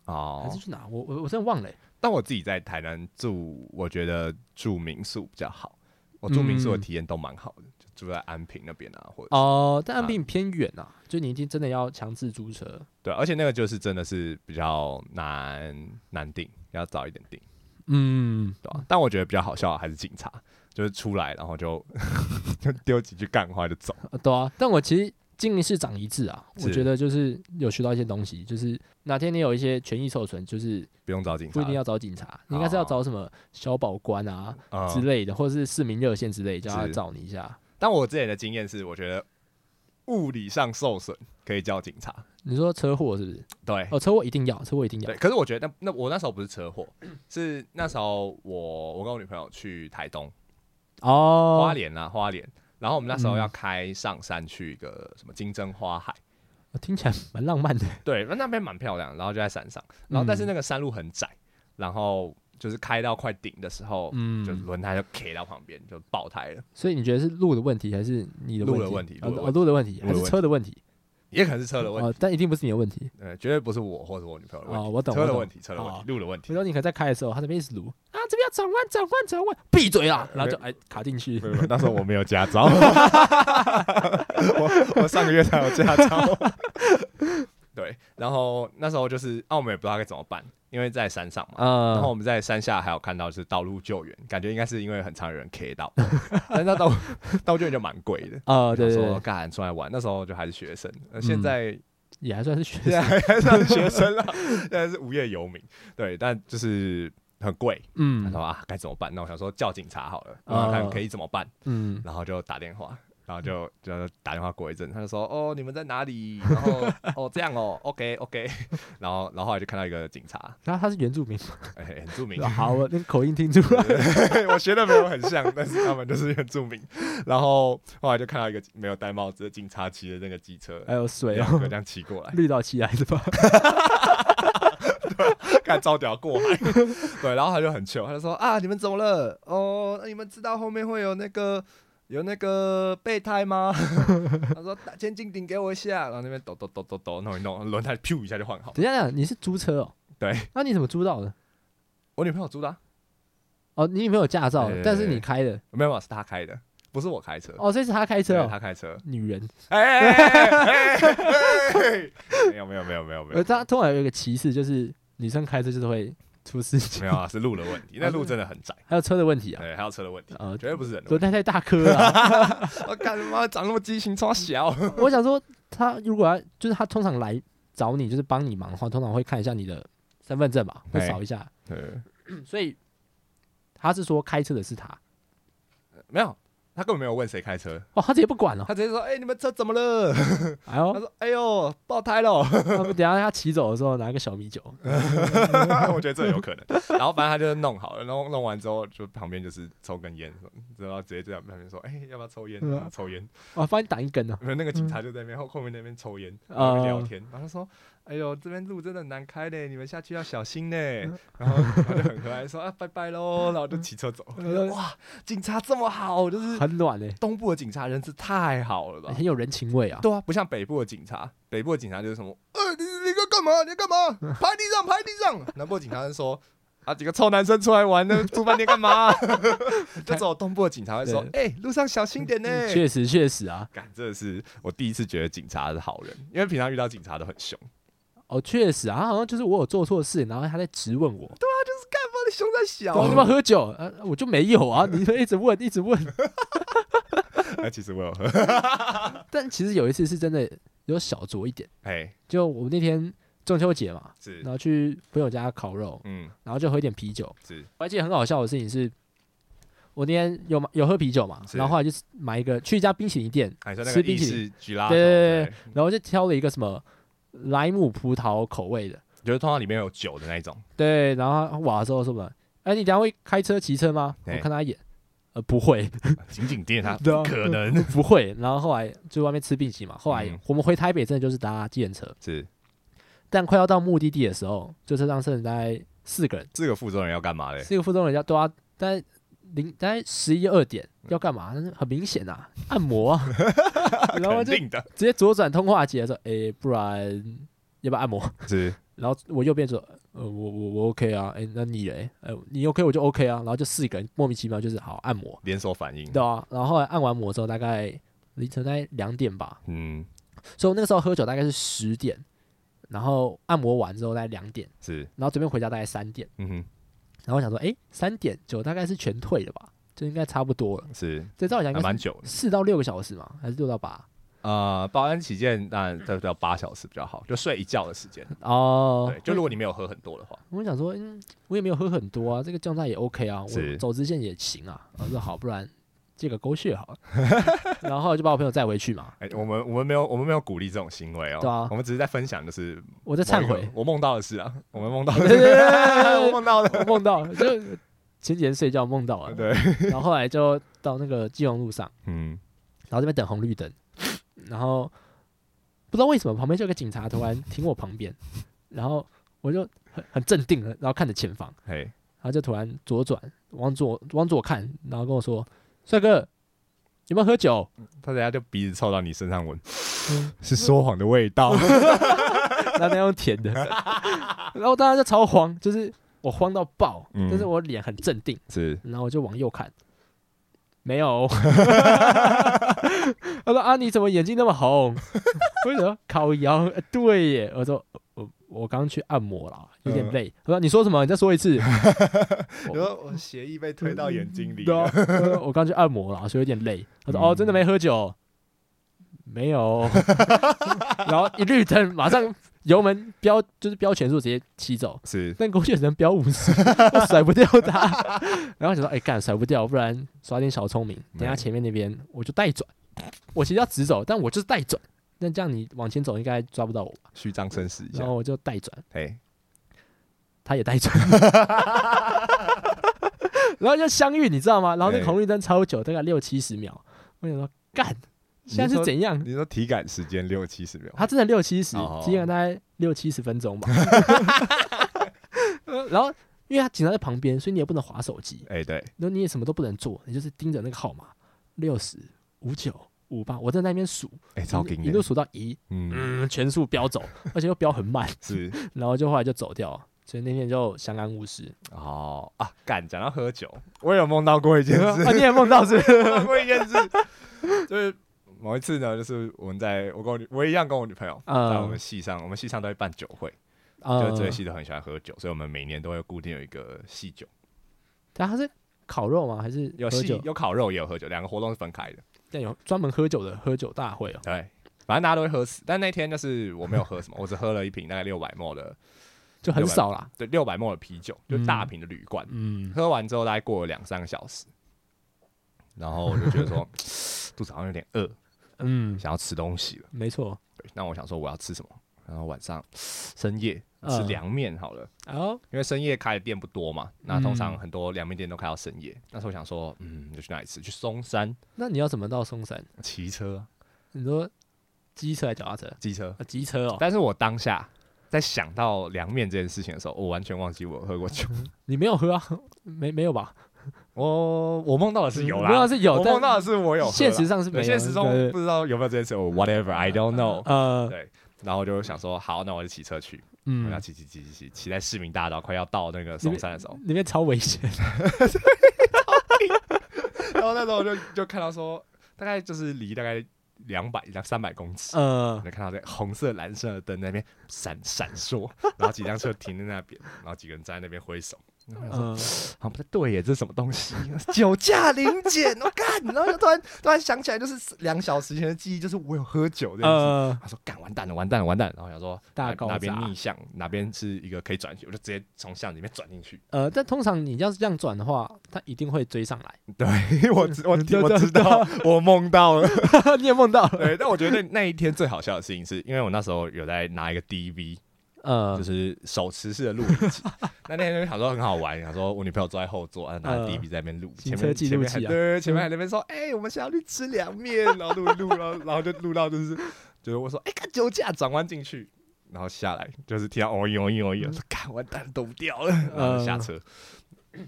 Speaker 1: 还
Speaker 2: 哦
Speaker 1: 是，去哪？我我我真的忘了欸、
Speaker 2: 但我自己在台南住，我觉得住民宿比较好。我住民宿的
Speaker 1: 嗯
Speaker 2: 体验都蛮好的，就住在安平那边啊，或者是、
Speaker 1: 哦、但安
Speaker 2: 啊
Speaker 1: 平偏远啊，就你一定真的要强制租车。
Speaker 2: 对，啊而且那个就是真的是比较难难定，要早一点定，
Speaker 1: 嗯，
Speaker 2: 对吧、啊但我觉得比较好笑的还是警察，就是出来然后就 就丢几句干话就走。
Speaker 1: 呃对啊。但我其实经一事长一智啊，我
Speaker 2: 是
Speaker 1: 觉得就是有学到一些东西，就是哪天你有一些权益受损，就是
Speaker 2: 不用找警察，
Speaker 1: 不一定要找警察，你应该是要
Speaker 2: 哦
Speaker 1: 找什么消保官啊、
Speaker 2: 嗯
Speaker 1: 之类的，或者是市民热线之类，叫他
Speaker 2: 是
Speaker 1: 找你一下。
Speaker 2: 但我之前的经验是，我觉得物理上受损可以叫警察，
Speaker 1: 你说车祸是不是？
Speaker 2: 对
Speaker 1: 哦，车祸一定要，车祸一定要
Speaker 2: 对。。可是我觉得那那我那时候不是车祸，是那时候我我跟我女朋友去台东
Speaker 1: 哦，
Speaker 2: 花莲啦，啊花莲。然后我们那时候
Speaker 1: 嗯
Speaker 2: 要开上山去一个什么金针花海，
Speaker 1: 听起来蛮浪漫的。
Speaker 2: 对，那那边蛮漂亮，然后就在山上，然后但是
Speaker 1: 嗯
Speaker 2: 那个山路很窄，然后就是开到快顶的时候，就
Speaker 1: 嗯，
Speaker 2: 轮胎就 K 到旁边就爆胎了，
Speaker 1: 所以你觉得是路的问题还是你的
Speaker 2: 路的问
Speaker 1: 问
Speaker 2: 题
Speaker 1: 哦
Speaker 2: 路的
Speaker 1: 哦，路的问题还
Speaker 2: 路的
Speaker 1: 是
Speaker 2: 问
Speaker 1: 车的问题？
Speaker 2: 也可能是车的问题，
Speaker 1: 哦，但一定不是你的问题。
Speaker 2: 呃，绝对不是我或者我女朋友的问
Speaker 1: 哦，
Speaker 2: 题，
Speaker 1: 我懂。
Speaker 2: 车
Speaker 1: 我
Speaker 2: 的
Speaker 1: 懂
Speaker 2: 问题，车的问
Speaker 1: 哦
Speaker 2: 题，路的问
Speaker 1: 比
Speaker 2: 题。
Speaker 1: 如说你可能在开的时候，他那边一直撸啊，这边要转弯，转弯，转弯，闭嘴啦！然后就哎卡进去
Speaker 2: 没。有，没有那时候我没有驾照，我我上个月才有驾照。 对，然后那时候就是澳门也不知道该怎么办，因为在山上嘛。
Speaker 1: 嗯，
Speaker 2: 然后我们在山下还有看到就是道路救援，感觉应该是因为很常有人 K 到，但那道路 道路救援就蛮贵的。
Speaker 1: 呃，对
Speaker 2: 想
Speaker 1: 对嗯对，
Speaker 2: 说干出来玩，那时候就还是学生，呃现在
Speaker 1: 也还算是学
Speaker 2: 现在
Speaker 1: 生。
Speaker 2: 还算是学生了， 现在是无业游民。对，但就是很贵，他
Speaker 1: 嗯
Speaker 2: 说啊该怎么办？那我想说叫警察好了，
Speaker 1: 哦
Speaker 2: 看可以怎么办。
Speaker 1: 嗯，
Speaker 2: 然后就打电话，然后就就打电话过一阵，他就说哦你们在哪里？然后哦这样哦，OK OK，然后然后后来就看到一个警察，
Speaker 1: 然后他是原住民，，
Speaker 2: 哎、很著名
Speaker 1: 好，我那个口音听出来。
Speaker 2: 我学的没有很像，但是他们就是很著名。然后后来就看到一个没有戴帽子的警察骑的那个机车，
Speaker 1: 还有水
Speaker 2: 两个
Speaker 1: 哦，
Speaker 2: 这样骑过来，
Speaker 1: 绿岛起来的吧？
Speaker 2: 看招屌过海，对，然后他就很糗，他就说啊，你们怎么了？哦，那你们知道后面会有那个有那个备胎吗？他说打千斤顶给我一下，然后那边抖抖抖抖抖弄一弄，轮胎噗一下就换好。
Speaker 1: 等一下，等一下你是租车哦？
Speaker 2: 对，
Speaker 1: 那你怎么租到的？
Speaker 2: 我女朋友租的啊、
Speaker 1: 哦，你没有驾照
Speaker 2: 对对，对
Speaker 1: 但是你开的。
Speaker 2: 没有没有是她开的，不是我开车。
Speaker 1: 哦，所以是他开车
Speaker 2: 对，
Speaker 1: 哦。
Speaker 2: 她开车。
Speaker 1: 女人，
Speaker 2: 哎哎哎哎哎哎没有没有没有没有没
Speaker 1: 呃，
Speaker 2: 有
Speaker 1: 他通常有一个歧视，就是女生开车就是会出事情
Speaker 2: 没，有啊，是路的问题，那路真的很窄，
Speaker 1: 还有车的问题啊。
Speaker 2: 对，还有车的问题，
Speaker 1: 呃，
Speaker 2: 绝对不是人的问
Speaker 1: 轮胎太大颗了啊。
Speaker 2: 题。我干他妈长那么畸形，超小。
Speaker 1: 我想说，他如果要就是他通常来找你，就是帮你忙的话，通常会看一下你的身份证嘛，会
Speaker 2: 哎
Speaker 1: 扫一下。
Speaker 2: 对，
Speaker 1: 所以他是说开车的是他，
Speaker 2: 没有，他根本没有问谁开车，
Speaker 1: 哦，他直接不管了。
Speaker 2: 他直接说：“哎、你们车怎么了？”
Speaker 1: 哎呦
Speaker 2: 他， 说：“哎呦，爆胎 了。
Speaker 1: 他等一下他骑走的时候拿个小米酒，”
Speaker 2: 我觉得这有可能。然后反正他就是弄好了，弄弄完之后，就旁边就是抽根烟，然后直接就在旁边说：“哎、要不要抽烟？
Speaker 1: 嗯
Speaker 2: 啊抽烟。”
Speaker 1: 哦，帮你挡一根呢、
Speaker 2: 没有那个警察就在那边后后面那边抽烟，
Speaker 1: 啊
Speaker 2: 然后聊天，然后他说：“哎呦，这边路真的很难开嘞，你们下去要小心 嘞。”然后然后就很和蔼说：“啊，拜拜喽。” 然后就骑车走。
Speaker 1: 嗯
Speaker 2: 哇，警察这么好，就是
Speaker 1: 很暖诶、
Speaker 2: 东部的警察人是太好了吧？
Speaker 1: 很有人情味啊。
Speaker 2: 对啊，不像北部的警察，北部的警察就是什么，呃，你你要干嘛？你要干嘛？拍地上，拍地上。南部的警察就说，啊，几个臭男生出来玩呢，住饭店干嘛？ 就只有东部的警察会说，哎、路上小心点呢、
Speaker 1: 嗯确实确实啊，
Speaker 2: 感真的是我第一次觉得警察是好人，因为平常遇到警察都很凶。
Speaker 1: 哦，确实啊，他好像就是我有做错事，然后他在质问我，
Speaker 2: 对啊，就是干嘛你凶在小
Speaker 1: 我他妈喝酒，呃，我就没有啊， 你就一直问一直问。
Speaker 2: 哎、其实我有喝，
Speaker 1: 但其实有一次是真的有小酌一点，
Speaker 2: 哎、
Speaker 1: 就我那天中秋节嘛，
Speaker 2: 是
Speaker 1: 然，后去朋友家烤肉，
Speaker 2: 嗯，
Speaker 1: 然后就喝一点啤酒。
Speaker 2: 是，
Speaker 1: 我还记得很好笑的事情是，我那天有买有喝啤酒嘛，
Speaker 2: 是
Speaker 1: 然后后来就买一个去一家冰淇淋店，
Speaker 2: 还说那个
Speaker 1: 吃冰
Speaker 2: 意
Speaker 1: 淇淋
Speaker 2: 式菊拉，
Speaker 1: 对对对
Speaker 2: 对，
Speaker 1: 然后就挑了一个什么莱姆葡萄口味的，
Speaker 2: 就是通常里面有酒的那一种，
Speaker 1: 对，然后他哇的时候说什么，哎、你等一下会开车骑车吗？我
Speaker 2: 哎
Speaker 1: 看他一眼，呃，不会，
Speaker 2: 仅仅店他
Speaker 1: 对啊
Speaker 2: 不可能
Speaker 1: 不会。然后后来就外面吃冰淇淋嘛，后来
Speaker 2: 嗯
Speaker 1: 我们回台北真的就是搭计程车，
Speaker 2: 是。
Speaker 1: 但快要到目的地的时候，就车上剩大概四个人，
Speaker 2: 这个负责人要干嘛嘞？
Speaker 1: 四个负重人家都要大概零大概十一二点
Speaker 2: 嗯
Speaker 1: 要干嘛？很明显啊，按摩 啊，然后
Speaker 2: 肯
Speaker 1: 就直
Speaker 2: 定的，
Speaker 1: 接左转通话节说，哎、不然要不要按摩？
Speaker 2: 是
Speaker 1: 然后我右边说，呃，我我我 OK 啊，哎、那你嘞？呃，你 OK 我就 OK 啊，然后就四个人莫名其妙就是好按摩，
Speaker 2: 连锁反应。
Speaker 1: 对啊，然后后来按完摩之后大概凌晨大概两点吧，
Speaker 2: 嗯，
Speaker 1: 所以我那个时候喝酒大概是十点，然后按摩完之后大概两点，
Speaker 2: 是，
Speaker 1: 然后准备回家大概三点，
Speaker 2: 嗯
Speaker 1: 然后我想说，哎、三点酒大概是全退了吧，就应该差不多了，
Speaker 2: 哼，是，
Speaker 1: 这照理讲
Speaker 2: 还
Speaker 1: 应该
Speaker 2: 蛮
Speaker 1: 是
Speaker 2: 久的。
Speaker 1: 四到六个小时嘛，还是六到八？
Speaker 2: 呃，保安起见，那这要八小时比较好，就睡一觉的时间。
Speaker 1: 哦
Speaker 2: 对，，就如果你没有喝很多的话，
Speaker 1: 我想说，嗯，我也没有喝很多啊，这个状态也 OK 啊，我
Speaker 2: 是
Speaker 1: 走直线也行啊。我说好，不然借个狗血好了。然后后来就把我朋友载回去嘛，
Speaker 2: 哎，我们我们没有我们没有鼓励这种行为哦。
Speaker 1: 对啊
Speaker 2: 我们只是在分享，就是
Speaker 1: 我在忏
Speaker 2: 某一个
Speaker 1: 悔，
Speaker 2: 我梦到的事 啊，我们梦到的
Speaker 1: 对对对对
Speaker 2: 事，我 梦到的，
Speaker 1: 我梦到就前几天睡觉梦到了，
Speaker 2: 对，
Speaker 1: 然后后来就到那个基隆路上，
Speaker 2: 嗯，
Speaker 1: 然后这边等红绿灯， 然后不知道为什么旁边就有个警察突然停我旁边， 然后我就很很镇定了，然后看着前方。
Speaker 2: 嘿，
Speaker 1: 然后就突然左转，往左往左看，然后跟我说：“帅哥，有没有喝酒
Speaker 2: 他等下就鼻子凑到你身上闻
Speaker 1: 嗯，
Speaker 2: 是说谎的味 道。？”
Speaker 1: 然后他用甜的， 然后大家就超慌，就是我慌到爆，
Speaker 2: 嗯
Speaker 1: 但是我脸很镇定，
Speaker 2: 是，
Speaker 1: 然后我就往右看，没 有。他说：“啊，你怎么眼睛那么红？” 为什么烤羊？呃对耶，我说。我我刚去按摩啦，有点
Speaker 2: 嗯
Speaker 1: 累。他说：“你说什么？你再说一次。”
Speaker 2: 你说我协议被推到眼睛里
Speaker 1: 对啊
Speaker 2: 了，，
Speaker 1: 呃我刚去按摩了，所以有点累。他说：“哦，
Speaker 2: 嗯
Speaker 1: 真的没喝酒，没有。” 然后一绿灯，马上油门标就是标全速，直接骑走。
Speaker 2: 是，
Speaker 1: 但狗血只能标五十，我甩不掉他。 然后想说：“哎、干甩不掉，不然耍点小聪明，等一下
Speaker 2: 嗯
Speaker 1: 前面那边我就带转。我其实要直走，但我就是带转。那这样你往前走应该抓不到我吧？
Speaker 2: 虚张声势一下
Speaker 1: 然，后我就带转。”
Speaker 2: 嘿，
Speaker 1: 他也带转， 然后就相遇，你知道吗？然后那个
Speaker 2: 对
Speaker 1: 红绿灯超久，大概六七十秒。我想说，干，现在是怎样？
Speaker 2: 你说体感时间六七十秒，
Speaker 1: 他真的六七十
Speaker 2: 哦，
Speaker 1: 体感大概六七十分钟 吧。 呃然后，因为他警察在旁边，所以你也不能划手机，
Speaker 2: 哎，对，
Speaker 1: 然后你也什么都不能做，你就是盯着那个号码六十五九五八，我在那边数，
Speaker 2: 哎，超给
Speaker 1: 一
Speaker 2: 你
Speaker 1: 路，数到一，
Speaker 2: 嗯，
Speaker 1: 嗯，全速飙走，而且又飙很慢，
Speaker 2: 是，
Speaker 1: 然后就后来就走掉了，所以那天就相安无 事。
Speaker 2: 哦啊，敢讲到喝酒，我有梦到过一 件事，
Speaker 1: 啊，你也梦到是不是？
Speaker 2: 梦到过一件事，就是某一次呢，就是我们在我跟我女，我一样跟我女朋友。在我
Speaker 1: 嗯
Speaker 2: 们系上，我们系上都会办酒会，
Speaker 1: 呃，
Speaker 2: 就是这个系都很喜欢喝酒，所以我们每年都会固定有一个系酒，
Speaker 1: 但它是烤肉吗？还是
Speaker 2: 有
Speaker 1: 喝
Speaker 2: 系
Speaker 1: 酒？
Speaker 2: 有烤肉也有喝酒，两个活动是分开的。
Speaker 1: 但有专门喝酒的喝酒大会哦。
Speaker 2: 对，反正大家都会喝死，但那天就是我没有喝什么，我只喝了一瓶大概六百沫的
Speaker 1: 就很少啦。
Speaker 2: 对，六百沫的啤酒，就大瓶的铝罐，
Speaker 1: 嗯，
Speaker 2: 喝完之后大概过了两三个小时，然后我就觉 得说肚子好像有点饿，
Speaker 1: 嗯，
Speaker 2: 想要吃东西了。
Speaker 1: 没错。
Speaker 2: 对，那我想说我要吃什么？然后晚上深夜吃
Speaker 1: 嗯
Speaker 2: 凉面好了，
Speaker 1: 哦，
Speaker 2: 因为深夜开的店不多嘛，那通常
Speaker 1: 嗯
Speaker 2: 很多凉面店都开到深夜。那时候我想说，嗯，就去哪里吃？去松山
Speaker 1: 那你要怎么到松山？
Speaker 2: 骑车啊，
Speaker 1: 你说机车还是脚踏车？
Speaker 2: 机车。
Speaker 1: 啊，机车哦。
Speaker 2: 但是我当下在想到凉面这件事情的时候，我完全忘记我有喝 过酒。
Speaker 1: 你没有喝啊？没没有吧？
Speaker 2: 我我梦到的是有
Speaker 1: 没有啊
Speaker 2: 啦，
Speaker 1: 是有，
Speaker 2: 我梦
Speaker 1: 但
Speaker 2: 到的是我有喝啦，
Speaker 1: 现实上是没有。
Speaker 2: 对
Speaker 1: 啊
Speaker 2: 现实中
Speaker 1: 对
Speaker 2: 不知道有没有这件事。我 whatever I don't know。
Speaker 1: 呃，
Speaker 2: 对，啊然后我就想说，好，那我就骑车去，我要
Speaker 1: 嗯，
Speaker 2: 骑骑骑骑骑，骑在市民大道快要到那个松山的时候，
Speaker 1: 里面超危 险。
Speaker 2: 然后那时候我就就看到说，大概就是离大概两百两三百公尺。
Speaker 1: 呃
Speaker 2: 我，就看到这红色、蓝色的灯在那边闪闪烁， 然后几辆车停在那边，然后几个人站在那边挥手。然后我想说
Speaker 1: 呃，
Speaker 2: 好不太对耶，这是什么东西？嗯 酒驾零检，我干！然后就突然突然想起来，就是两小时前的记忆，就是我有喝酒这件事。
Speaker 1: 呃，
Speaker 2: 他说：“干，完蛋了，完蛋了，完蛋了！”然后想说
Speaker 1: 大
Speaker 2: 哪
Speaker 1: 搞
Speaker 2: 哪边
Speaker 1: 砸
Speaker 2: 逆向，哪边是一个可以转去，我就直接从巷子里面转进去。
Speaker 1: 呃，但通常你要是这样转的话，他一定会追上来。
Speaker 2: 对我知我
Speaker 1: 对
Speaker 2: 我
Speaker 1: 对
Speaker 2: 知道，我梦到了。
Speaker 1: 你也梦到了？
Speaker 2: 对，但我觉得那那一天最好笑的事情是，因为我那时候有在拿一个 DV，
Speaker 1: 呃
Speaker 2: 就，是手持式的录影 机。那那天就想说很好玩，想说我女朋友坐在后座，啊，拿着
Speaker 1: 嗯
Speaker 2: DV 在那边录，
Speaker 1: 行
Speaker 2: 前
Speaker 1: 车
Speaker 2: 面
Speaker 1: 记
Speaker 2: 前
Speaker 1: 录
Speaker 2: 面还
Speaker 1: 器啊
Speaker 2: 对，前面还在那边说，哎，我们想要去吃凉面，然后录一录，然后然后就录到就是就是我说，哎，看酒驾，转弯进去。然后下来就是听到哦咦哦咦哦咦，
Speaker 1: 嗯
Speaker 2: 我说干完蛋抖不掉了，然后就下车，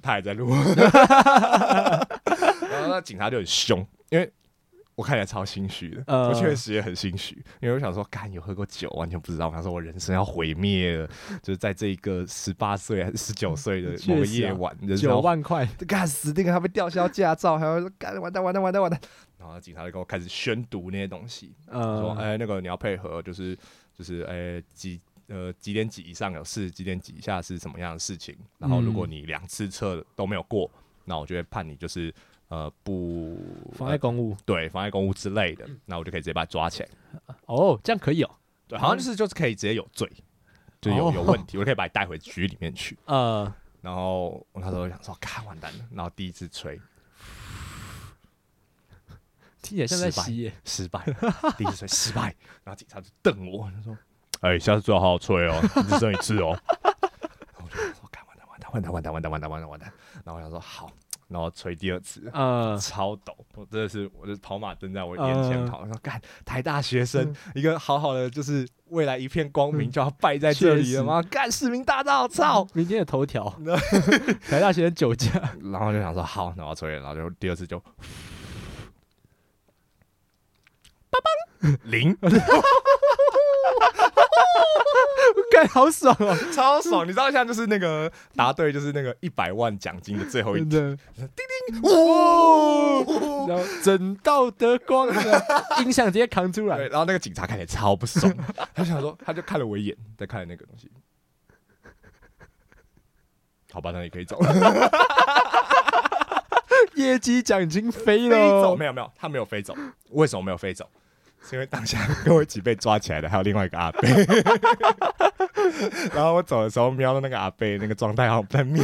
Speaker 2: 他还在录，然后那警察就很凶，因为我看起来超心虚的，
Speaker 1: 嗯
Speaker 2: 我确实也很心虚，因为我想说，干有喝过酒，完全不知道，我想说我人生要毁灭了，就是在这一个十八岁还是十九岁的某个
Speaker 1: 确实啊
Speaker 2: 夜晚，人生要
Speaker 1: 九万块，
Speaker 2: 干死定了，还被吊销驾照，还要说干完蛋完蛋完蛋完蛋， 然后警察就跟我开始宣读那些东西，说
Speaker 1: 呃，
Speaker 2: 哎、那个你要配合，就是就是哎、几呃几点几以上有事，几点几以下是什么样的事情，然后如果
Speaker 1: 嗯
Speaker 2: 你两次测都没有过，那我就会判你就是呃不呃
Speaker 1: 妨碍嗯公务。
Speaker 2: 对妨碍公务之类的，那我就可以直接把他抓起来，
Speaker 1: 哦，这样可以哦。
Speaker 2: 对，好像就是就是可以直接有罪，就有有
Speaker 1: 哦
Speaker 2: 问题，我就可以把你带回局里面去。
Speaker 1: 呃，
Speaker 2: 然后我那时候想说，看完蛋了，然后第一次吹
Speaker 1: 听起来像在
Speaker 2: 失败
Speaker 1: 吸耶。
Speaker 2: 失败， 第一次吹失败，然后警察就瞪我，他说：“哎，下次最好好好吹哦，你只剩一次哦。”然 后我就想说，看完蛋，完蛋，完蛋，完蛋，完蛋，完蛋，完蛋，完蛋。然后我想说好，然后吹第二次，
Speaker 1: 呃，
Speaker 2: 超抖，我真的是，我就跑马灯在我眼前
Speaker 1: 嗯
Speaker 2: 跑，我说干台大学生，一个好好的就是未来一片光明就要败在这
Speaker 1: 确
Speaker 2: 里了
Speaker 1: 实
Speaker 2: 吗？干市民大道，操！
Speaker 1: 明天的头 条，台大学生酒驾。
Speaker 2: 然后就想说好，然后吹，然后就第二次就， 叭叭零，
Speaker 1: 干好爽哦！
Speaker 2: 超爽！你知道像就是那个答对就是那个一百万奖金的最后一
Speaker 1: 真
Speaker 2: 题，
Speaker 1: 的，
Speaker 2: 哦，
Speaker 1: 然后整道德光，啊 音响直接扛出
Speaker 2: 对，
Speaker 1: 来。
Speaker 2: 然后那个警察看起来超不爽， 他想说，他就看了我一眼，再看了那个东西，好吧，那也可以走了。
Speaker 1: 业绩奖金飞哦
Speaker 2: 飞走
Speaker 1: 喽！
Speaker 2: 没有没有，他没有飞走。为什么没有飞走？是因为当下跟我一起被抓起来的还有另外一个阿 贝。然后我走的时候瞄到那个阿贝那个状态，好像不太妙，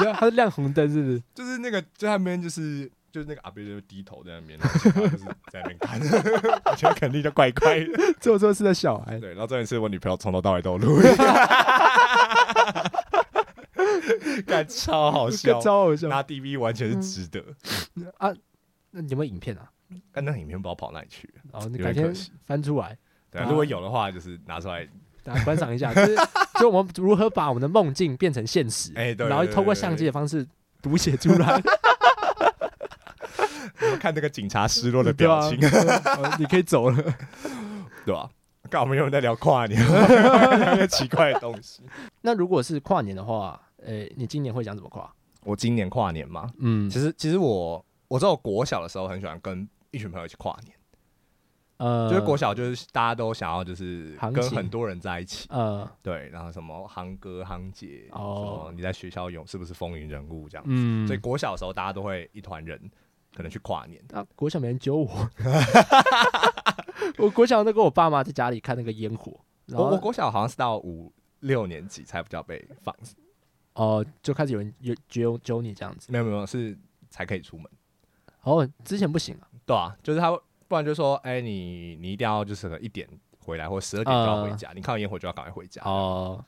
Speaker 1: 没有，他是亮红灯，是不是？
Speaker 2: 就是那个就在那边就是。就是那个阿贝就低头在那边，然后警察就是在那边看， 我觉得肯定就怪怪的。
Speaker 1: 做错事的小孩。
Speaker 2: 对，然后这件事我女朋友从头到尾都有 录，感超好笑嗯
Speaker 1: 更，超好笑
Speaker 2: 拿 DV 完全是值得。
Speaker 1: 啊！那你有没有影片啊？
Speaker 2: 但那影片不知道跑哪里去了，
Speaker 1: 哦，你
Speaker 2: 有
Speaker 1: 改
Speaker 2: 点可
Speaker 1: 天
Speaker 2: 惜
Speaker 1: 翻出来，
Speaker 2: 对啊
Speaker 1: 啊
Speaker 2: 如果有的话，就是拿出来
Speaker 1: 大家观赏一下，就是 就我们如何把我们的梦境变成现实，
Speaker 2: 哎对
Speaker 1: 然后
Speaker 2: 对对
Speaker 1: 透过相机的方式读写出 来，
Speaker 2: 看那个警察失落的
Speaker 1: 对
Speaker 2: 表
Speaker 1: 吧
Speaker 2: 情，？
Speaker 1: 哦你可以走了。
Speaker 2: 对吧、刚好我们有在聊跨 年，聊一些奇怪的东西。
Speaker 1: 那如果是跨年的话，诶，你今年会想怎么跨？
Speaker 2: 我今年跨年嘛，
Speaker 1: 嗯
Speaker 2: 其实其实我我知道我国小的时候很喜欢跟一群朋友一起跨年，
Speaker 1: 呃，
Speaker 2: 就是国小就是大家都想要就是
Speaker 1: 行
Speaker 2: 跟
Speaker 1: 情
Speaker 2: 很多人在一起，
Speaker 1: 呃，
Speaker 2: 对，然后什么夯哥夯姐，
Speaker 1: 哦
Speaker 2: 哦，你在学校有是不是风云人物这样，
Speaker 1: 嗯，
Speaker 2: 所以国小的时候大家都会一团人可能去跨年，
Speaker 1: 啊，国小没人揪我， 我国小都跟我爸妈在家里看那个烟火，然
Speaker 2: 我
Speaker 1: 后
Speaker 2: 我国小好像是到五六年级才比较被放，
Speaker 1: 哦，就开始有人有揪揪你这样子。
Speaker 2: 没有没有是才可以出门。
Speaker 1: 哦，之前不行啊。
Speaker 2: 对啊，就是他，不然就说，哎、你你一定要就是可能一点回来，或十二点就要
Speaker 1: 嗯
Speaker 2: 回家，你看到烟火就要赶快回家。
Speaker 1: 哦，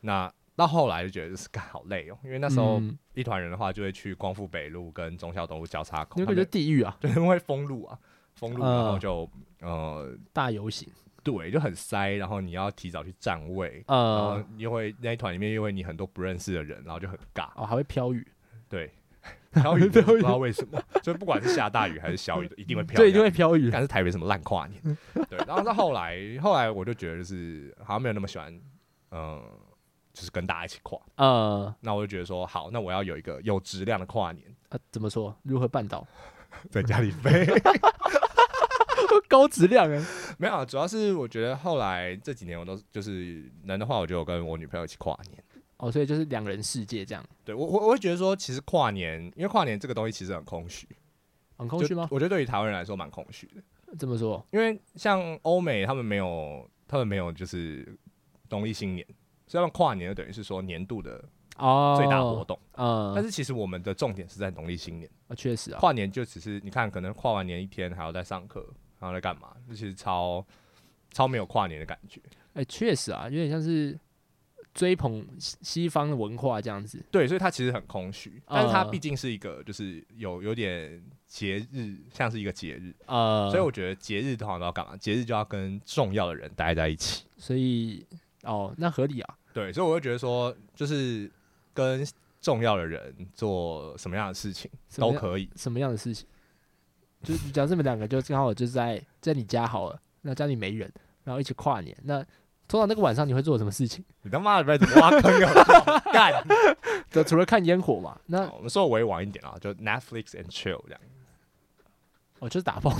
Speaker 2: 那到后来就觉得就是干好累哦，因为那时候
Speaker 1: 嗯
Speaker 2: 一团人的话就会去光复北路跟忠孝东路交叉口，
Speaker 1: 那
Speaker 2: 他
Speaker 1: 个就
Speaker 2: 们
Speaker 1: 地狱啊，
Speaker 2: 就 因为封路啊，封路，
Speaker 1: 嗯
Speaker 2: 然后就、呃
Speaker 1: 大游行。
Speaker 2: 对，就很塞，然后你要提早去站位。然后
Speaker 1: 呃，
Speaker 2: 又会那一团里面又会你很多不认识的人，然后就很尬，
Speaker 1: 哦，还会飘雨，
Speaker 2: 对。飘雨不
Speaker 1: 飘雨
Speaker 2: 知道为什 么，就不管是下大雨还是小雨，一啊定会飘。
Speaker 1: 对，一定会嗯飘雨。
Speaker 2: 但是台北什么烂跨年，对。然后到后来，后来我就觉得就是好像没有那么喜欢，嗯、就是跟大家一起跨。
Speaker 1: 呃，
Speaker 2: 那我就觉得说，好，那我要有一个有质量的跨年，
Speaker 1: 啊怎么说？如何办到？
Speaker 2: 在家里飞。
Speaker 1: 高质量哎。
Speaker 2: 没有啊，主要是我觉得后来这几年我都就是能的话，我就有跟我女朋友一起跨年。
Speaker 1: 哦，所以就是两人世界这样，
Speaker 2: 对我我我会觉得说，其实跨年，因为跨年这个东西其实很空虚，
Speaker 1: 很空虚
Speaker 2: 就
Speaker 1: 吗？
Speaker 2: 我觉得对于台湾人来说蛮空虚的，
Speaker 1: 这么说？
Speaker 2: 因为像欧美他们没有，他们没有就是农历新年，所以他们跨年就等于是说年度的
Speaker 1: 哦，
Speaker 2: 最大活动。
Speaker 1: 呃，
Speaker 2: 但是其实我们的重点是在农历新年，
Speaker 1: 啊确实啊，
Speaker 2: 跨年就只是你看，可能跨完年一天还要在上课，然后在干嘛？就其实超超没有跨年的感觉。
Speaker 1: 哎，确实啊，有点像是追捧西西方的文化这样子。
Speaker 2: 对，所以它其实很空虚，但是它
Speaker 1: 嗯
Speaker 2: 毕竟是一个就是有有点节日，像是一个节日，
Speaker 1: 呃，
Speaker 2: 所以我觉得节日通常都要干嘛？节日就要跟重要的人待在一起。
Speaker 1: 所以哦，那合理啊。
Speaker 2: 对，所以我会觉得说，就是跟重要的人做什么样的事情
Speaker 1: 什么
Speaker 2: 都
Speaker 1: 样
Speaker 2: 可以。
Speaker 1: 什么样的事情？就是假设你们两个就刚好就是在在你家好了，那家里没人，然后一起跨年。那通常那个晚上你会做什么事情？
Speaker 2: 你他妈的不要挖坑给我 干！
Speaker 1: 就除了看烟火嘛，那
Speaker 2: 好我们说委婉一点啊，就 Netflix and chill 这样。
Speaker 1: 我就是打包。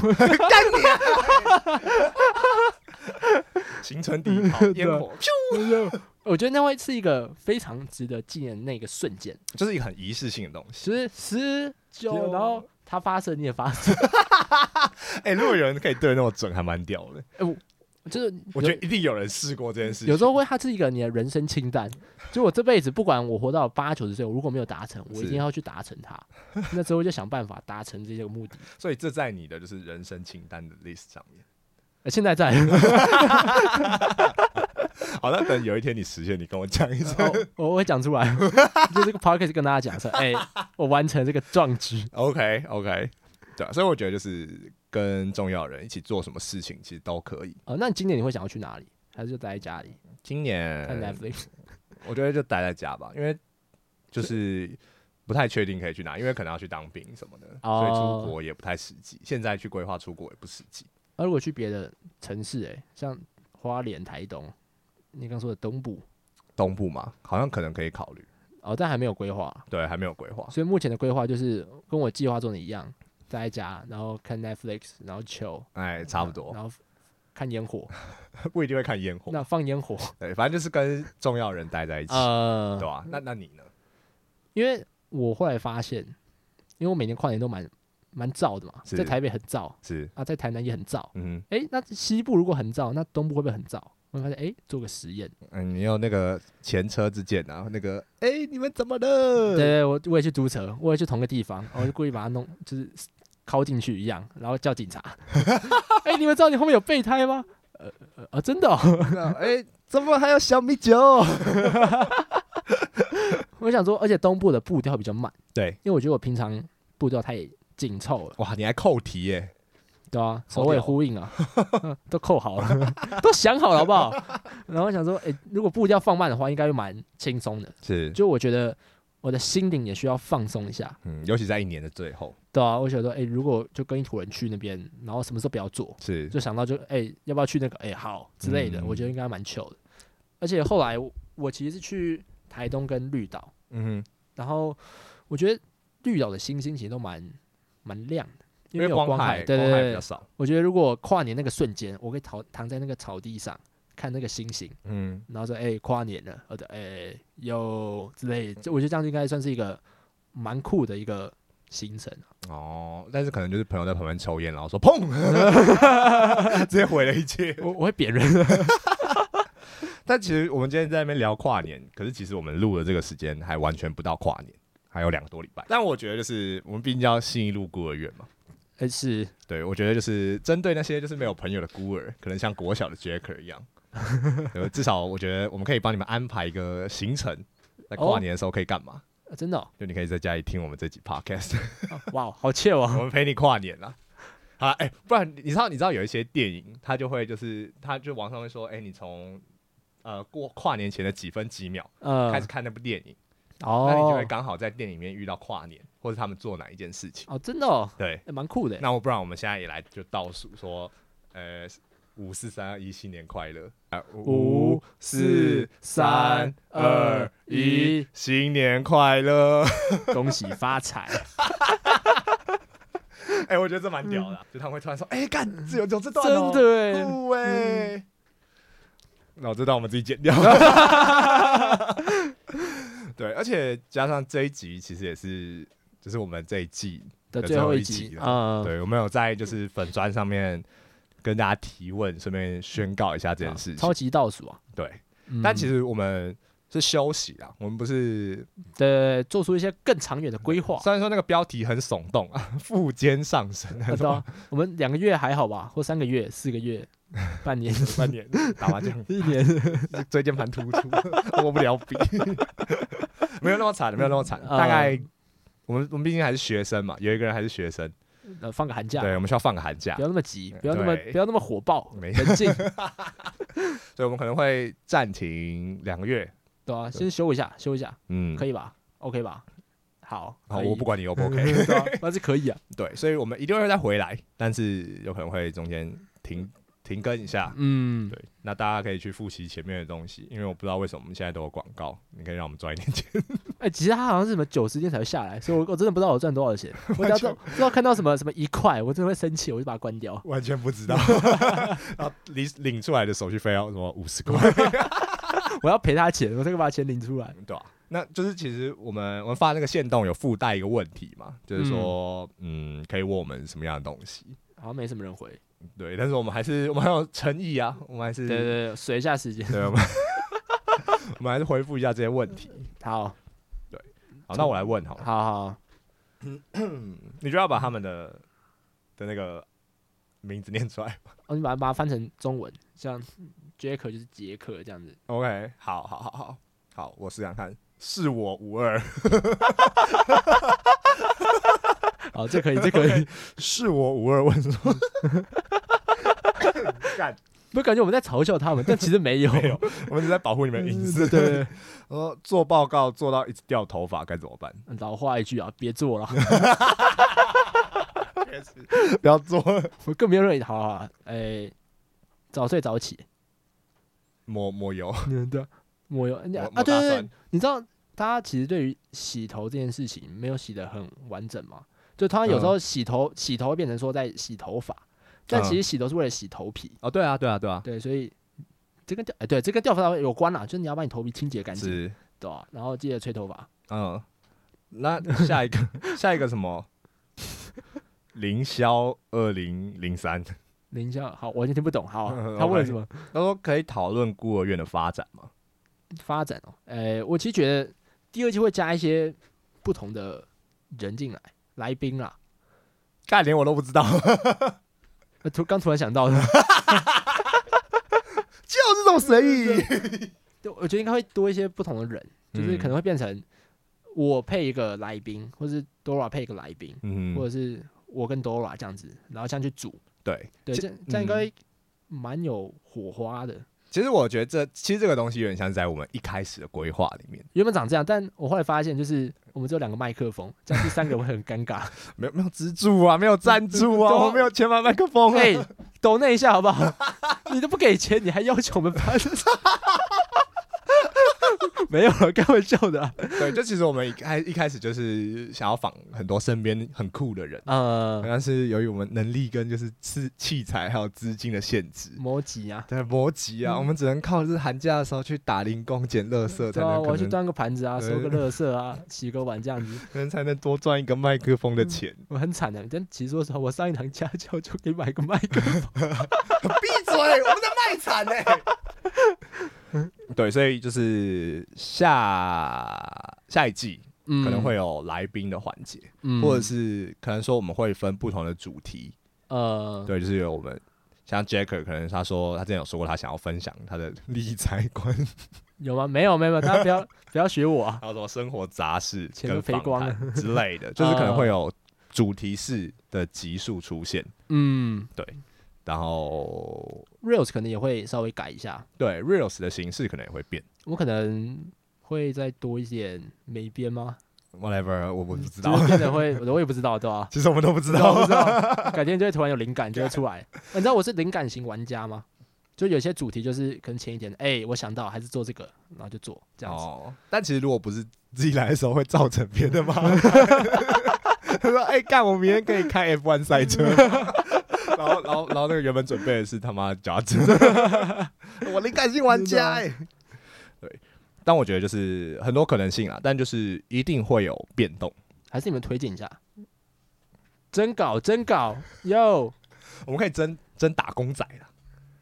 Speaker 2: 形成第一 炮
Speaker 1: 啊
Speaker 2: 烟火，咻
Speaker 1: 我觉得那会是一个非常值得纪念的那个瞬间，
Speaker 2: 就是一个很仪式性的东西。
Speaker 1: 就是十
Speaker 2: 九
Speaker 1: 九，然后它发射你也发射，
Speaker 2: 哎、如果有人可以对那么准，还蛮屌的。
Speaker 1: 就是
Speaker 2: 我觉得一定有人试过这件事情。
Speaker 1: 有时候会，它是一个你的人生清单。就我这辈子，不管我活到八九十岁，我如果没有达成，我一
Speaker 2: 是
Speaker 1: 定要去达成它。那时候就想办法达成这些目的。
Speaker 2: 所以这在你的就是人生清单的 list 上面。
Speaker 1: 呃现在在，
Speaker 2: 好，那等有一天你实现，你跟我讲 一声。
Speaker 1: 哦我我会讲出来，就这个 p o c k e t 跟大家讲说，哎、我完成这个壮举。
Speaker 2: OK OK，对啊，所以我觉得就是跟重要的人一起做什么事情，其实都可以。
Speaker 1: 呃，那你今年你会想要去哪里？还是就待在家里
Speaker 2: 今
Speaker 1: 看
Speaker 2: 年
Speaker 1: Netflix？
Speaker 2: 我觉得就待在家吧，因为就是。不太确定可以去哪，因为可能要去当兵什么的所以
Speaker 1: 哦
Speaker 2: 出国也不太实际。现在去规划出国也不实际。
Speaker 1: 而啊如果去别的城市、哎，像花莲、台东，你刚说的东部，
Speaker 2: 东部嘛，好像可能可以考虑。
Speaker 1: 哦，但还没有规划，
Speaker 2: 对，还没有规划。
Speaker 1: 所以目前的规划就是跟我计划中的一样，待在家，然后看 Netflix，然后 chill，
Speaker 2: 哎，差不多，
Speaker 1: 然后看烟火，
Speaker 2: 不一定会看烟火。
Speaker 1: 嗯那放烟火，
Speaker 2: 对，反正就是跟重要人待在一起，
Speaker 1: 呃
Speaker 2: 对，吧、那那你呢？
Speaker 1: 因为我后来发现，因为我每年跨年都蛮蛮燥的嘛，
Speaker 2: 是
Speaker 1: 在台北很燥
Speaker 2: 是，
Speaker 1: 啊，在台南也很燥，
Speaker 2: 嗯
Speaker 1: 诶，那西部如果很燥，那东部会不会很燥？我发现，诶，做个实验，
Speaker 2: 哼，嗯，你有那个前车之鉴啊，那个，哎、你们怎么
Speaker 1: 对
Speaker 2: 了？
Speaker 1: 对，我我也去租车，我也去同个地方，我就故意把它弄，就是靠进去一样，然后叫警察。 哎、你们知道你后面有备胎吗？呃呃啊，真的、哦，
Speaker 2: 那，哎、怎么还有小米酒？
Speaker 1: 我想说，而且东部的步调比较慢，
Speaker 2: 对，
Speaker 1: 因为我觉得我平常步调太紧凑了，
Speaker 2: 哇，你还扣题耶？
Speaker 1: 对啊，首
Speaker 2: 好
Speaker 1: 尾
Speaker 2: 屌哦
Speaker 1: 呼应啊，嗯都扣好了， 都想好了，好不好？然后想说，哎、如果步调放慢的话，应该会蛮轻松的。
Speaker 2: 是，
Speaker 1: 就我觉得我的心灵也需要放松一下，
Speaker 2: 嗯，尤其在一年的最后，
Speaker 1: 对啊，我想说，哎、如果就跟一坨人去那边，然后什么时候不要做，
Speaker 2: 是，
Speaker 1: 就想到就哎、要不要去那个哎、好之类的，
Speaker 2: 嗯
Speaker 1: 我觉得应该蛮糗的。而且后来我我其实是去台东跟绿岛，
Speaker 2: 嗯哼，
Speaker 1: 然后我觉得绿岛的星星其实都蛮蛮亮的，因有
Speaker 2: 光
Speaker 1: 光
Speaker 2: 海，
Speaker 1: 对
Speaker 2: 光海比
Speaker 1: 对
Speaker 2: 较
Speaker 1: 对，
Speaker 2: 少，
Speaker 1: 我觉得如果跨年那个瞬间，我可以躺躺在那个草地上看那个星星，
Speaker 2: 嗯，
Speaker 1: 然后说哎、跨年了，或者哎、有之类的，就我觉得这样应该算是一个蛮酷的一个行程。啊
Speaker 2: 哦，但是可能就是朋友在旁边抽烟，然后说 砰，直接毁了一切。
Speaker 1: 我我会扁人，
Speaker 2: 但其实我们今天在那边聊跨年，可是其实我们录的这个时间还完全不到跨年，还有两个多礼拜。但我觉得就是我们毕竟叫新一路孤儿院嘛，
Speaker 1: 哎是
Speaker 2: 对我觉得就是针对那些就是没有朋友的孤儿，可能像国小的 Jacker 一 样，对至少我觉得我们可以帮你们安排一个行程，在跨年的时候可以干嘛？
Speaker 1: 啊真的哦，
Speaker 2: 就你可以在家里听我们这集 Podcast，
Speaker 1: 啊哇，好切哦。
Speaker 2: 我们陪你跨年啦。好啦，哎、不然你知道你知道有一些电影，它就会就是它就网上会说，哎、你从呃过跨年前的几分几秒
Speaker 1: 呃，
Speaker 2: 开始看那部电影，
Speaker 1: 哦，
Speaker 2: 那你就会刚好在店里面遇到跨年，或者他们做哪一件事情。
Speaker 1: 哦，真的哦，
Speaker 2: 对，
Speaker 1: 哎蛮酷的。
Speaker 2: 那我不然我们现在也来就倒数说，呃，五四三二一，新年快乐！啊，
Speaker 1: 五四三二一，
Speaker 2: 新年快乐！
Speaker 1: 恭喜发财，
Speaker 2: 哎、我觉得这蛮屌的啊、就他们会突然说，哎、干，只有有这段、哦，
Speaker 1: 真的 哎，
Speaker 2: 酷哎、那我知道我们自己 剪掉。对，而且加上这一集，其实也是，就是我们这一季
Speaker 1: 的
Speaker 2: 的
Speaker 1: 最
Speaker 2: 最后
Speaker 1: 后
Speaker 2: 一
Speaker 1: 一
Speaker 2: 集
Speaker 1: 集
Speaker 2: 了
Speaker 1: 啊，
Speaker 2: 对，我们有在就是粉砖上面跟大家提问，顺便宣告一下这件事情。
Speaker 1: 啊超级倒数啊。
Speaker 2: 对，但其
Speaker 1: 实
Speaker 2: 实我们是休息啊，我们不是。
Speaker 1: 对，做出一些更长远的规 划。
Speaker 2: 虽然说那个标题很耸动啊， 富坚上升，
Speaker 1: 啊对啊，我们两个月还好吧，或三个月、四个月、半 年、，
Speaker 2: 半年打麻将
Speaker 1: 一年，
Speaker 2: 椎间盘突出， 握不了笔， 没有那么惨，没有那么惨。
Speaker 1: 嗯
Speaker 2: 大概我们我们毕竟还是学生嘛，有一个人还是学生，
Speaker 1: 呃，放个寒假，
Speaker 2: 对，我们需要放个寒假
Speaker 1: 不，要那么急，不要那么
Speaker 2: 对
Speaker 1: 不要那么火爆，
Speaker 2: 没
Speaker 1: 冷 静，
Speaker 2: 所以我们可能会暂停两个月。
Speaker 1: 对啊，先休一下，休一下，
Speaker 2: 嗯，
Speaker 1: 可以吧？OK 吧？好，
Speaker 2: 好，
Speaker 1: 可以
Speaker 2: 我不，管你 O 不 OK。
Speaker 1: 对啊，那是可以啊，
Speaker 2: 对，所以我们一定会再回来，但是有可能会中间停停更一下。
Speaker 1: 嗯，
Speaker 2: 对，那大家可以去复习前面的东西，因为我不知道为什么我们现在都有广告，你可以让我们赚一点钱。
Speaker 1: 哎，其实他好像是什么九十天才会下来，所以我我真的不知道我赚多少 钱，我只要知道知道看到什么什么一块，我真的会生气，我就把它关 掉。
Speaker 2: 完全不知道， 然后领领出来的手续费要什么五十块，
Speaker 1: 我要赔他钱，我才可以把钱领出来。
Speaker 2: 对吧、那就是其实我们我们发那个线动有附带一个问题嘛，就是说，嗯可以问我们什么样的东西。
Speaker 1: 好像没什么人回，
Speaker 2: 对，但是我们还是我们很有诚意啊，我们还是
Speaker 1: 对对对，水一下时间。
Speaker 2: 对我们 我们还是回复一下这些问题。
Speaker 1: 好，
Speaker 2: 好，那我来问好了。
Speaker 1: 好好，
Speaker 2: 你就要把他们的的那个名字念出来。
Speaker 1: 哦，你把它把它翻成中文，像杰克就是杰克这样 子。
Speaker 2: OK，好好好好好，我试想看，是我无二，
Speaker 1: 好，哦这可以，这可以。
Speaker 2: 是我无二问 说，干
Speaker 1: 不感觉我们在嘲笑他们，但其实没有。
Speaker 2: 没有，我们只是在保护你们的隐 私。
Speaker 1: 对对，
Speaker 2: 我说做报告做到一直掉头发该怎么 办？
Speaker 1: 对老话一句啊，别做了，
Speaker 2: 不要做，
Speaker 1: 我更没有认。好好好，哎，早睡早起，
Speaker 2: 抹抹油，
Speaker 1: 嗯对啊，抹油你
Speaker 2: 抹
Speaker 1: 啊，
Speaker 2: 抹
Speaker 1: 对
Speaker 2: 大
Speaker 1: 对
Speaker 2: 蒜
Speaker 1: 对，，你知道大家其实对于洗头这件事情没有洗得很完整嘛？就他有时候洗头，洗头会变成说在洗头发，但其实洗头是为了洗头皮。
Speaker 2: 哦，对啊，对啊，对啊，
Speaker 1: 对，所以这跟掉哎、对，这跟掉头发有关啦，就是你要把你头皮清洁干净，
Speaker 2: 是，
Speaker 1: 对吧、啊然后记得吹头发，
Speaker 2: 嗯，那下一个，下一个什么？凌霄二零零三，
Speaker 1: 零下好，我完全听不懂。好，
Speaker 2: 嗯
Speaker 1: 他问
Speaker 2: OK
Speaker 1: 了什么
Speaker 2: 他说可以讨论孤儿院的发展 吗？
Speaker 1: 发展哦？哎、我其实觉得第二季会加一些不同的人进来，来宾啦，
Speaker 2: 概连我都不知道，
Speaker 1: 呃突刚突然想到的，
Speaker 2: 就是这种随 意。
Speaker 1: 对，我觉得应该会多一些不同的人，就是可能会变成我配一个来宾，或是 Dora 配一个来宾，
Speaker 2: 嗯
Speaker 1: 或者是我跟 Dora 这样子，然后这样去组，
Speaker 2: 对，
Speaker 1: 对，
Speaker 2: 其
Speaker 1: 这样这样应该蛮有火花的。
Speaker 2: 其实我觉得这其实这个东西有点像是在我们一开始的规划里面，
Speaker 1: 原本长这样，但我后来发现，就是我们只有两个麦克风，这样第三个人会很尴尬。
Speaker 2: 没有没有资助啊，没有赞助 啊，
Speaker 1: 对啊
Speaker 2: 我没有钱买麦克风 啊。
Speaker 1: 哎、 抖那一下好不好？ 你都不给钱，你还要求我们发？ 没有了，开玩笑的、啊。
Speaker 2: 对，就其实我们一开一开始就是想要访很多身边很酷的人，
Speaker 1: 呃，
Speaker 2: 但是由于我们能力跟就是器器材还有资金的限制，
Speaker 1: 摩吉啊，
Speaker 2: 对，磨叽啊，
Speaker 1: 嗯
Speaker 2: 我们只能靠就是寒假的时候去打零工捡垃圾，才
Speaker 1: 对啊，
Speaker 2: 能
Speaker 1: 我要
Speaker 2: 可
Speaker 1: 去
Speaker 2: 能
Speaker 1: 端个盘子啊，
Speaker 2: 对
Speaker 1: 收个垃圾 啊，洗个碗这样子，
Speaker 2: 可能才能多赚一个麦克风的钱。
Speaker 1: 我很惨的。但其实说实话，我上一堂家教就可以买个麦克风，欸
Speaker 2: 闭嘴！我们在卖惨呢、 对，所以就是下下一季
Speaker 1: 嗯
Speaker 2: 可能会有来宾的环节，
Speaker 1: 嗯
Speaker 2: 或者是可能说我们会分不同的主题，
Speaker 1: 呃，
Speaker 2: 对，就是有我们像 Jacker，可能他说他之前有说过他想要分享他的 理财观，
Speaker 1: 有吗？没有，没有，没有大家不要不要学我啊！
Speaker 2: 还有什么生活杂事、
Speaker 1: 钱都
Speaker 2: 跟
Speaker 1: 赔
Speaker 2: 访
Speaker 1: 光
Speaker 2: 谈之类的，就是可能会有主题式的集数出现，
Speaker 1: 嗯
Speaker 2: 然后
Speaker 1: ，reels 可能也会稍微改一下，
Speaker 2: 对 reels 的形式可能也会变。
Speaker 1: 我可能会再多一点没编吗？
Speaker 2: whatever，我我不知
Speaker 1: 就
Speaker 2: 道
Speaker 1: 是，变得会，我也不知道，对吧、
Speaker 2: 其实我们都不知
Speaker 1: 不知道不
Speaker 2: 道
Speaker 1: 知。道，改天就会突然有灵感就会出来。啊你知道我是灵感型玩家吗？就有些主题就是可能前一天，哎、我想到还是做这个，然后就做这样子。
Speaker 2: 哦，但其实如果不是自己来的时候，会造成别的 麻烦。他说：“哎、干，我明天可以开 F1 赛车 吗。”然后，然后，然后那个原本准备的是他妈脚踏车， 我灵感性玩
Speaker 1: 啊
Speaker 2: 家哎、对，但我觉得就是很多可能性啊，但就是一定会有变动。
Speaker 1: 还是你们推荐一下？征稿征稿哟，
Speaker 2: 我们可以真真打工仔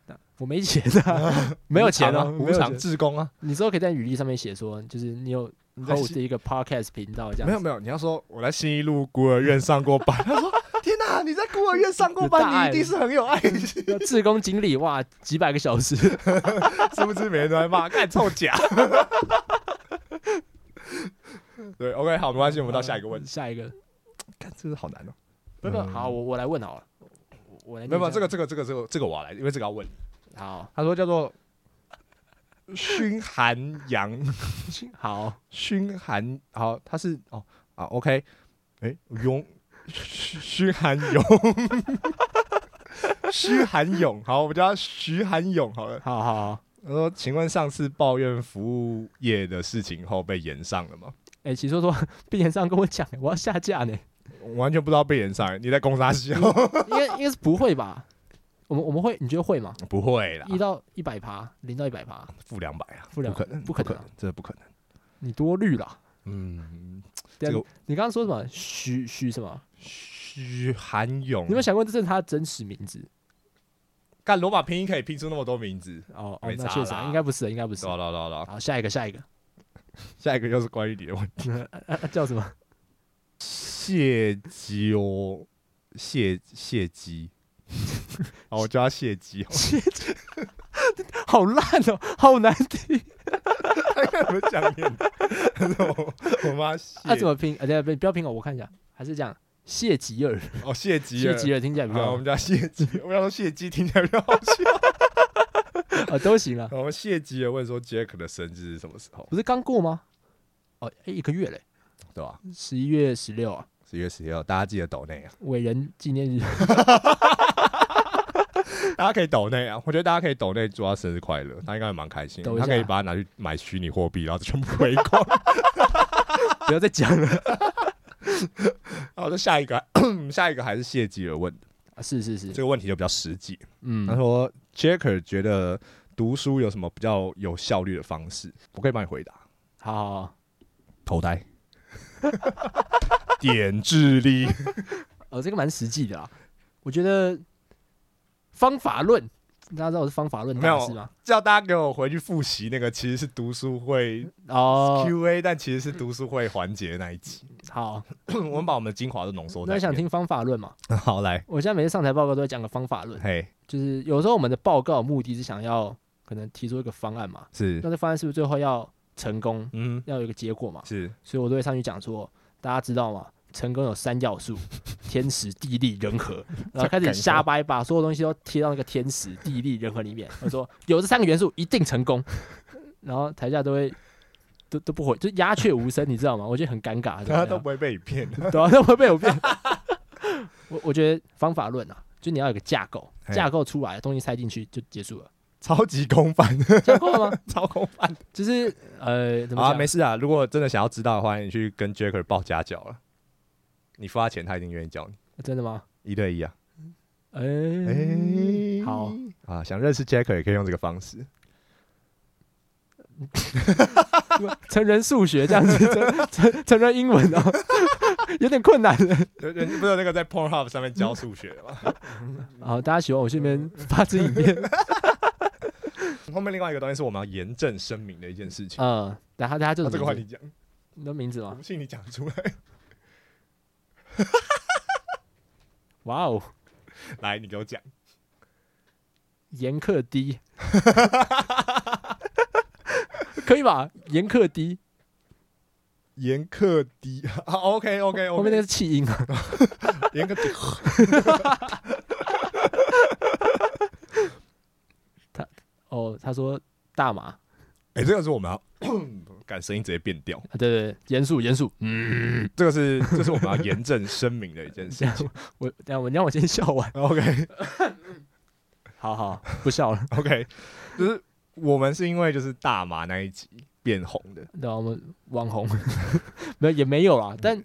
Speaker 2: 啦，
Speaker 1: 我没钱啊， 没有钱
Speaker 2: 啊，
Speaker 1: 哦，没
Speaker 2: 无
Speaker 1: 有
Speaker 2: 偿
Speaker 1: 钱。
Speaker 2: 志工啊，
Speaker 1: 你之后可以在履历上面写说，就是你有
Speaker 2: 你在
Speaker 1: host
Speaker 2: 新
Speaker 1: 一个 podcast 频道这样子。
Speaker 2: 没有没有，你要说我在新一路孤儿院上过班，他说：“ 天哪，你在孤儿院上过
Speaker 1: 有大
Speaker 2: 班，
Speaker 1: 爱
Speaker 2: 你一定是很有爱心。”
Speaker 1: 有，志工经理哇，几百个小时。
Speaker 2: 是不是每人都在 骂？干臭假。对，OK，好，没 关系，我们到下一个问题。
Speaker 1: 下一个，
Speaker 2: 看，这是好难哦、
Speaker 1: 不不，
Speaker 2: 嗯
Speaker 1: 好，我我来问好了。我我来
Speaker 2: 没有，没
Speaker 1: 念
Speaker 2: 有，
Speaker 1: 一下
Speaker 2: 这个，这个，这个，这个，这个我要来，因为这个要问。
Speaker 1: 好
Speaker 2: 他说叫做熏寒阳，
Speaker 1: 好
Speaker 2: 熏寒，好，他是哦，啊，OK，哎、勇，嘘嘘寒勇， 嘘寒勇，好，我们叫他徐寒勇好了。
Speaker 1: 好好好。
Speaker 2: 他说，请问上次抱怨服务业的事情后被延上了吗？
Speaker 1: 哎、其实说 毕延上跟我讲、我要下架 呢、
Speaker 2: 我完全不知道被延上欸，你在攻啥笑？
Speaker 1: 应该应该是不会吧？我们我们会，你觉得会吗？
Speaker 2: 不会啦，
Speaker 1: 一到一百趴，零到一百趴，
Speaker 2: 负两百啊，
Speaker 1: 负200
Speaker 2: 不可能，
Speaker 1: 不可
Speaker 2: 可
Speaker 1: 能啊
Speaker 2: 能，这不可能。
Speaker 1: 你多虑了。
Speaker 2: 嗯，
Speaker 1: 对啊
Speaker 2: 这个
Speaker 1: 你刚刚说什么？许许什么？
Speaker 2: 徐寒勇，
Speaker 1: 你有没有想过这是他的真实名字？
Speaker 2: 干罗马拼音可以拼出那么多名字？
Speaker 1: 哦哦
Speaker 2: 没，
Speaker 1: 那
Speaker 2: 差
Speaker 1: 确实啊
Speaker 2: 啦
Speaker 1: 应该不是，应该不是
Speaker 2: 对。啊对啊对啊对啊
Speaker 1: 好，下一个，下一个，
Speaker 2: 下一个又是关于你的问题，
Speaker 1: 啊叫什么？
Speaker 2: 谢鸠，谢谢 鸡，好，哦我叫他谢鸡 好了，
Speaker 1: 好烂哦，好难听
Speaker 2: 我们讲念的，我我妈谢，
Speaker 1: 啊！怎么拼？啊，等一下不不要拼哦，我看一下，还是这样。谢吉尔，
Speaker 2: 哦谢鸡，
Speaker 1: 谢吉尔听起来比
Speaker 2: 好，我
Speaker 1: 较
Speaker 2: 们叫谢鸡，我要说谢鸡听起来比较好笑。
Speaker 1: 呃都行啊，
Speaker 2: 然后谢吉尔问说杰克的生日是什么时候？
Speaker 1: 不是刚过吗？哦，哎一个月嘞，
Speaker 2: 对吧？
Speaker 1: 十一月十六啊，
Speaker 2: 十月十六，大家记得抖内啊，
Speaker 1: 伟人纪念日。
Speaker 2: 大家可以抖内啊。我觉得大家可以抖内祝他生日快乐，他应该会蛮开心的。
Speaker 1: 抖一
Speaker 2: 他
Speaker 1: 下
Speaker 2: 可以把它拿去买虚拟货币，然后全部回 光。
Speaker 1: 不要再讲了。
Speaker 2: 然后就下一个， 下一个还是谢吉尔问的，
Speaker 1: 啊是是是
Speaker 2: 这，个问题就比较实际。他
Speaker 1: 嗯，
Speaker 2: 说杰克觉得读书有什么比较有效率的方式？我可以帮你回答，
Speaker 1: 好好好，
Speaker 2: 头呆， 点智 力，
Speaker 1: 呃，这个蛮实际的啦。我觉得方法论，大家知道我是方法论
Speaker 2: 没有
Speaker 1: 大师吗？
Speaker 2: 叫大家给我回去复习那个，其实是读书会
Speaker 1: 哦，
Speaker 2: Q&A，但其实是读书会环节那一 集。
Speaker 1: 好，
Speaker 2: 我们把我们的精华都浓缩在。
Speaker 1: 那想？听方法论嘛？
Speaker 2: 好来，
Speaker 1: 我现在每次上台报告都会讲个方法论，
Speaker 2: 嘿，
Speaker 1: 就是有时候我们的报告目的是想要可能提出一个方案嘛，
Speaker 2: 是，
Speaker 1: 那这方案是不是最后要成功，
Speaker 2: 嗯，
Speaker 1: 要有一个结果嘛？
Speaker 2: 是，
Speaker 1: 所以我都会上去讲说，大家知道吗？成功有三要 素：天时、地利、人和。然后开始瞎掰， 把所有东西都贴到那个天时、地利、人和里面。我说有这三个元素一定成 功，然后台下都会都都不回，就鸦雀无声，你知道吗？我觉得很尴尬，
Speaker 2: 大家都不会被你 骗的。
Speaker 1: 对啊，都不会被我骗。 我我觉得方法论啊，就你要有个架构，
Speaker 2: 嘿
Speaker 1: 架构出来，东西塞进去就结束了，
Speaker 2: 超级空泛，
Speaker 1: 架构了吗？
Speaker 2: 超空泛。
Speaker 1: 就是呃，怎么
Speaker 2: 啊，
Speaker 1: 讲？
Speaker 2: 没事啊，如果真的想要知道的话，你去跟 Jacker 报家教了，你付他钱，他一定愿意教你
Speaker 1: 真的吗？
Speaker 2: 一对一啊。
Speaker 1: 哎、
Speaker 2: 哎，
Speaker 1: 好
Speaker 2: 啊，想认识 Jacker 也可以用这个方式。
Speaker 1: 成人数学这样子，成 成成人英文哦，有点困难了。
Speaker 2: 对对，不是有那个在 Pornhub 上面教 数学的吗？
Speaker 1: 好，大家喜欢我这边发支影片，
Speaker 2: 后面另外一个东西是我们要严正声明的一件事情。
Speaker 1: 嗯，然后大家就
Speaker 2: 那
Speaker 1: 是啊
Speaker 2: 啊这个话
Speaker 1: 名
Speaker 2: 你
Speaker 1: 字，
Speaker 2: 讲，
Speaker 1: 你的名字
Speaker 2: 我
Speaker 1: 吗？
Speaker 2: 不信你讲得出来。
Speaker 1: 哇哦，
Speaker 2: 来，你给我讲。
Speaker 1: 严克 低，可以吧？严克低，
Speaker 2: 严克迪 啊，OK OK
Speaker 1: 后面那
Speaker 2: OK，
Speaker 1: 是气音啊。
Speaker 2: 严克迪，
Speaker 1: 哦，他说大麻，啊
Speaker 2: 哎，这个是我们要，感声音直接变掉。
Speaker 1: 对对对，严肃严肃。
Speaker 2: 嗯，这个是这是我们要严正声明的一件事
Speaker 1: 这样
Speaker 2: 情。
Speaker 1: 我，等下我你让我先笑完。
Speaker 2: OK
Speaker 1: 好好，不笑了。
Speaker 2: OK，就是我们是因为就是大麻那一集变红的，
Speaker 1: 对啊，我们网红 没有也没有啦，但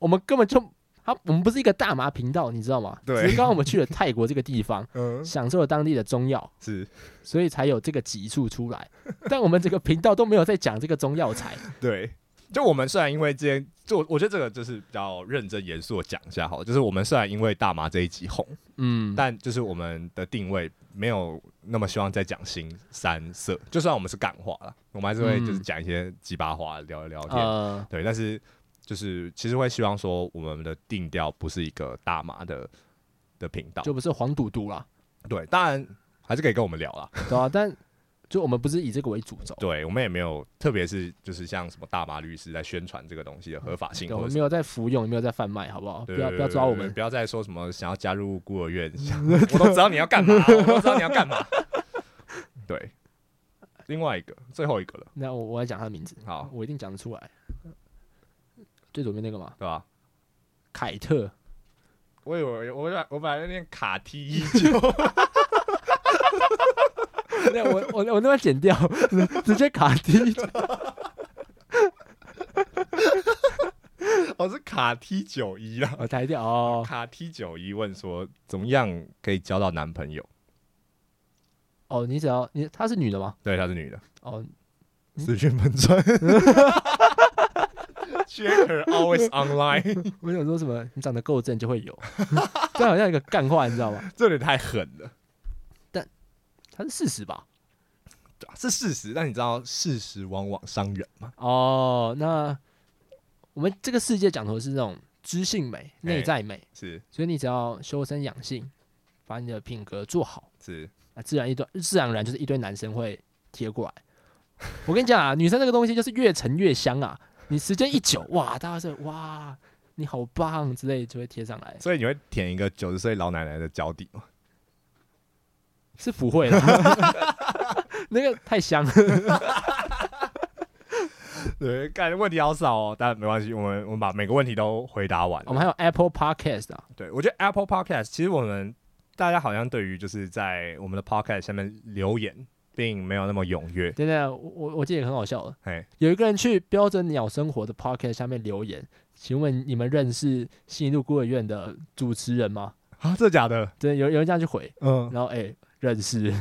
Speaker 1: 我们根本就他我们不是一个大麻频道，你知道吗？
Speaker 2: 对
Speaker 1: 只是刚刚我们去了泰国这个地方，
Speaker 2: 嗯，
Speaker 1: 享受了当地的中药，
Speaker 2: 是
Speaker 1: 所以才有这个集数出来。但我们这个频道都没有在讲这个中药材。
Speaker 2: 对。就我们虽然因为这件，就我我觉得这个就是比较认真严肃的讲一下好了，就是我们虽然因为大麻这一集红，
Speaker 1: 嗯，
Speaker 2: 但就是我们的定位没有那么希望再讲新三色，就算我们是感化了，我们还是会就是
Speaker 1: 嗯
Speaker 2: 讲一些鸡巴话聊一聊天，
Speaker 1: 呃，
Speaker 2: 对，但是就是其实会希望说我们的定调不是一个大麻的的频道，
Speaker 1: 就不是黄赌毒啦，
Speaker 2: 对，当然还是可以跟我们聊啦，
Speaker 1: 对啊，但就我们不是以这个为主轴，
Speaker 2: 对我们也没有，特别是就是像什么大麻律师在宣传这个东西的合法性
Speaker 1: 对，我
Speaker 2: 或者
Speaker 1: 们
Speaker 2: 是。
Speaker 1: 没有在服用，也没有在贩卖，好不好？不
Speaker 2: 对
Speaker 1: 要
Speaker 2: 对
Speaker 1: 不要
Speaker 2: 对
Speaker 1: 抓我
Speaker 2: 对
Speaker 1: 们。
Speaker 2: 不要再说什么想要加入孤儿院， 我都知道你要干嘛，我都知道你要干嘛。对，另外一个，最后一个了，
Speaker 1: 那我我要讲他的名字，
Speaker 2: 好，
Speaker 1: 我一定讲得出来。最左边那个嘛，
Speaker 2: 对吧、
Speaker 1: 凯特，
Speaker 2: 我以为我本来我本来在念卡踢依 旧，
Speaker 1: 那我我我那边剪掉， 直接卡低。
Speaker 2: 哦我是卡踢九一啦。
Speaker 1: 我抬掉哦
Speaker 2: 卡 T 九一问说，怎么样可以交到男朋友？
Speaker 1: 哦，你只要你她是女的吗？
Speaker 2: 对，她是女的，
Speaker 1: 哦，嗯
Speaker 2: 资讯喷 川，Checker always online，
Speaker 1: 我想说什么？你长得够正就会有， 这好像一个干话，你知道吗？
Speaker 2: 这里太狠了，
Speaker 1: 它是事实吧？
Speaker 2: 对啊是事实。但你知道事实往往伤人吗？
Speaker 1: 哦，那我们这个世界讲求的是那种知性美、内在美，
Speaker 2: 是
Speaker 1: 所以你只要修身养性，把你的品格做好，
Speaker 2: 是，
Speaker 1: 啊，自然一堆，自然而然就是一堆男生会贴过来。我跟你讲啊，女生这个东西就是越沉越香啊，你时间一久，哇，大家是哇，你好棒之类就会贴上来，
Speaker 2: 所以你会舔一个九十岁老奶奶的脚底吗？
Speaker 1: 是不会的， 那个太香了。
Speaker 2: 对，感问题好少哦，但没关系，我们我们把每个问题都回答完了。
Speaker 1: 我们还有 Apple Podcast 啊，
Speaker 2: 对，我觉得 Apple Podcast 其实我们大家好像对于就是在我们的 Podcast 下面留言，并没有那么踊跃。
Speaker 1: 真的，我我我记得也很好笑的，
Speaker 2: 哎，
Speaker 1: 有一个人去标准鸟生活的 Podcast 下面留言，请问你们认识新一路孤儿院的主持人吗？
Speaker 2: 啊，这假的？
Speaker 1: 对，有有人这样去回，
Speaker 2: 嗯，
Speaker 1: 然后哎、认识，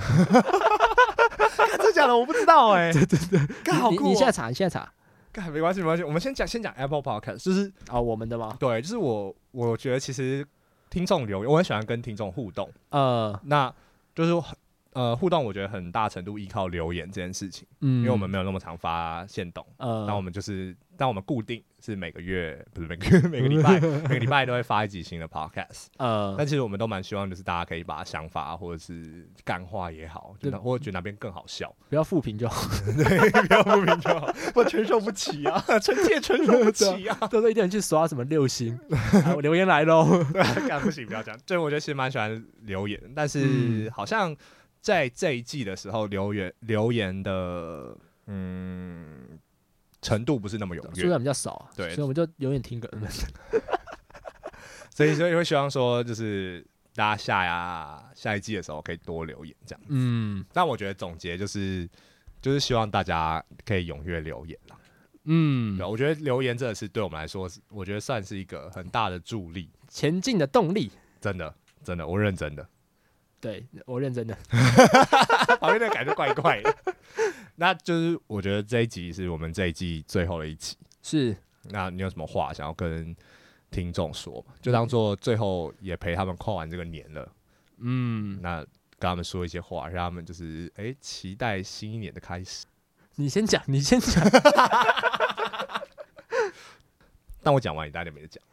Speaker 2: 这假的我不知道哎、 对对对，干好
Speaker 1: 你
Speaker 2: 酷、哦
Speaker 1: 你现在查，你现在查
Speaker 2: 干没关系没关系，我们先讲先讲 Apple Podcast，就是
Speaker 1: 啊、我们的吗？
Speaker 2: 对，就是我我觉得其实听众留言，我很喜欢跟听众互动，
Speaker 1: 呃，
Speaker 2: 那就是呃互动，我觉得很大程度依靠留言这件事情，
Speaker 1: 嗯，
Speaker 2: 因为我们没有那么常发现动。
Speaker 1: 呃，
Speaker 2: 那我们就是，但我们固定是每个月不是 每个月每个礼拜每个礼拜都会发一集新的 podcast。
Speaker 1: 呃
Speaker 2: 但，其实我们都蛮希望，就是大家可以把想法或者是干话也好，就
Speaker 1: 对
Speaker 2: 哪或者觉得哪边更好笑，
Speaker 1: 不要复评就 好，
Speaker 2: 对，不要不明就好，我承受不起啊， 臣妾承受不起啊，
Speaker 1: 到时候一堆人去刷什么六星，啊、我留言来喽。
Speaker 2: 干不行，不要这样。对，我觉得其实蛮喜欢留言，但是
Speaker 1: 嗯
Speaker 2: 好像在这一季的时候，留言留言的嗯程度不是那么踊
Speaker 1: 数
Speaker 2: 跃，
Speaker 1: 量比较少啊，
Speaker 2: 对
Speaker 1: 所以我们就永远听个，
Speaker 2: 所以所以会希望说就是。大家下呀下一季的时候可以多留言这样，
Speaker 1: 嗯
Speaker 2: 但我觉得总结就是就是希望大家可以踊跃留言啦。
Speaker 1: 嗯
Speaker 2: 对，，我觉得留言真的是对我们来说是，我觉得算是一个很大的助力，
Speaker 1: 前进的动力，
Speaker 2: 真的，真的，我认真的。
Speaker 1: 对我认真的，
Speaker 2: 旁边那个感觉怪怪的。 那就是我觉得这一集是我们这一季最后的一集。
Speaker 1: 是
Speaker 2: 那你有什么话想要跟听众说吗？就当做最后也陪他们跨完这个年了。
Speaker 1: 嗯，
Speaker 2: 那跟他们说一些话，让他们就是哎、诶期待新一年的开始。
Speaker 1: 你先讲，你先讲。
Speaker 2: 但我讲完，你大家就没得讲。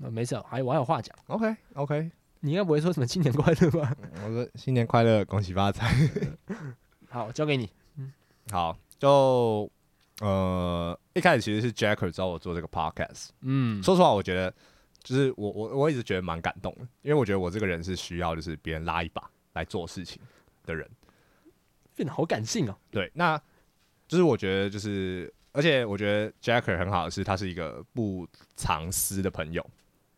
Speaker 1: 呃没事，还有我还有话讲。
Speaker 2: OK OK，
Speaker 1: 你应该不会说什么新年快乐 吧？
Speaker 2: 我说新年快乐，恭喜发财。
Speaker 1: 好，交给你。
Speaker 2: 好，就呃一开始其实是 Jacker 找我做这个 podcast，
Speaker 1: 嗯，
Speaker 2: 说实话，我觉得就是我我我一直觉得蛮感动的，因为我觉得我这个人是需要就是别人拉一把来做事情的人。
Speaker 1: 变得好感性哦。
Speaker 2: 对，那就是我觉得就是，而且我觉得 Jacker 很好的是，他是一个不藏私的朋友。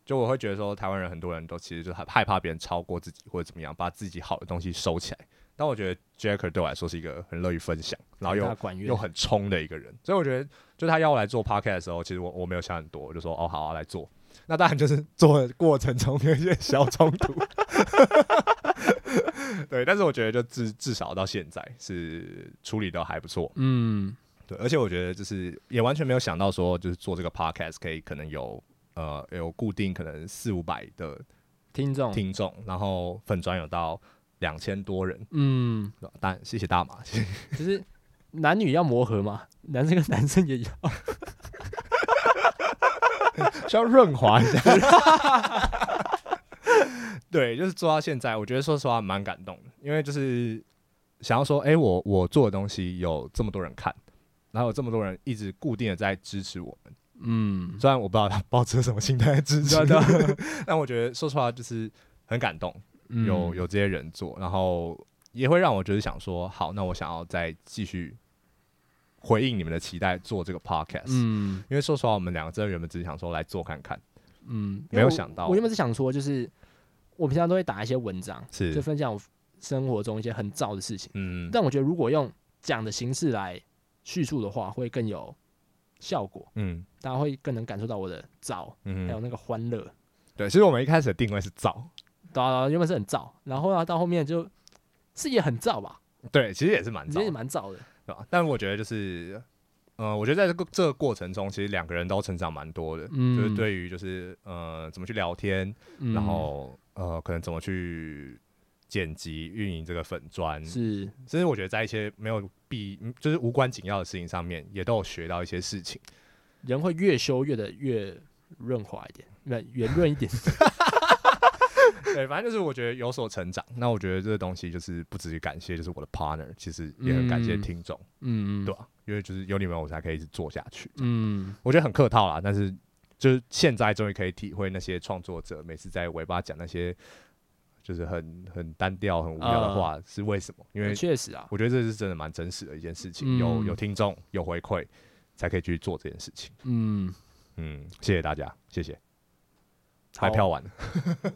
Speaker 2: 就我会觉得说，台湾人很多人都其实就害害怕别人超过自己或者怎么样，把自己好的东西收起来。但我觉得 Jacker 对我来说是一个很乐于分享，然后又
Speaker 1: 大管乐
Speaker 2: 又很冲的一个人，所以我觉得，就他要我来做 podcast 的时候，其实我我没有想很多，我就说哦好啊来做。那当然就是做的过程中有一些小冲突， 对，但是我觉得就至至少到现在是处理的还不错，
Speaker 1: 嗯，
Speaker 2: 对，而且我觉得就是也完全没有想到说就是做这个 podcast 可以可能有呃有固定可能四五百的
Speaker 1: 听众，
Speaker 2: 听众，然后粉专有到两千多人，
Speaker 1: 嗯，
Speaker 2: 对吧当然谢谢大马，谢谢
Speaker 1: 就是男女要磨合嘛，男生跟男生也要。
Speaker 2: 需要润滑一下。对，就是做到现在，我觉得说实话蛮感动的，因为就是想要说，哎、我我做的东西有这么多人看，然后有这么多人一直固定的在支持我们。
Speaker 1: 嗯，
Speaker 2: 虽然我不知道他抱着什么心态在支持
Speaker 1: 对啊，
Speaker 2: 但我觉得说实话就是很感动，
Speaker 1: 嗯
Speaker 2: 有有这些人做，然后也会让我就是想说，好，那我想要再继续回应你们的期待，做这个 podcast。
Speaker 1: 嗯
Speaker 2: 因为说实话，我们两个真的原本只是想说来做看看，
Speaker 1: 嗯，
Speaker 2: 没有想到
Speaker 1: 我。我原本是想说，就是我平常都会打一些文章，
Speaker 2: 是
Speaker 1: 就分享我生活中一些很燥的事情。
Speaker 2: 嗯，
Speaker 1: 但我觉得如果用讲的形式来叙述的话，会更有效果，
Speaker 2: 嗯
Speaker 1: 大家会更能感受到我的燥，
Speaker 2: 嗯
Speaker 1: 还有
Speaker 2: 哼，
Speaker 1: 那个欢乐。
Speaker 2: 对，其实我们一开始的定位是燥，
Speaker 1: 对啊，原本是很燥，然后呢、到后面就是也很燥吧，
Speaker 2: 对，其实也是蛮
Speaker 1: 你
Speaker 2: 燥
Speaker 1: 觉得
Speaker 2: 的，
Speaker 1: 蛮燥的。
Speaker 2: 对吧？但我觉得就是，呃，我觉得在这个这个过程中，其实两个人都成长蛮多的，
Speaker 1: 嗯
Speaker 2: 就是对于就是呃怎么去聊天，
Speaker 1: 嗯
Speaker 2: 然后呃可能怎么去剪辑、运营这个粉砖，甚
Speaker 1: 嗯是
Speaker 2: 至我觉得在一些没有必嗯就是无关紧要的事情上面，也都有学到一些 事情。
Speaker 1: 人会越修越的越润滑一点，那圆润一点。
Speaker 2: 对，反正就是我觉得有所成长。那我觉得这个东西就是不只是感谢，就是我的 partner，其实也很感谢
Speaker 1: 嗯
Speaker 2: 听众。
Speaker 1: 嗯，
Speaker 2: 对，啊，因为就是有你们，我才可以一直做下去。
Speaker 1: 嗯，
Speaker 2: 我觉得很客套啦，但是就是现在终于可以体会那些创作者每次在尾巴讲那些就是很很单调、很无聊的
Speaker 1: 啊
Speaker 2: 话是为什么？因为
Speaker 1: 确实啊，
Speaker 2: 我觉得这是真的蛮真实的一件事情，
Speaker 1: 嗯
Speaker 2: 有有听众、有回馈，才可以去做这件事情。
Speaker 1: 嗯，
Speaker 2: 嗯，谢谢大家，谢谢。
Speaker 1: 好
Speaker 2: 买票完了，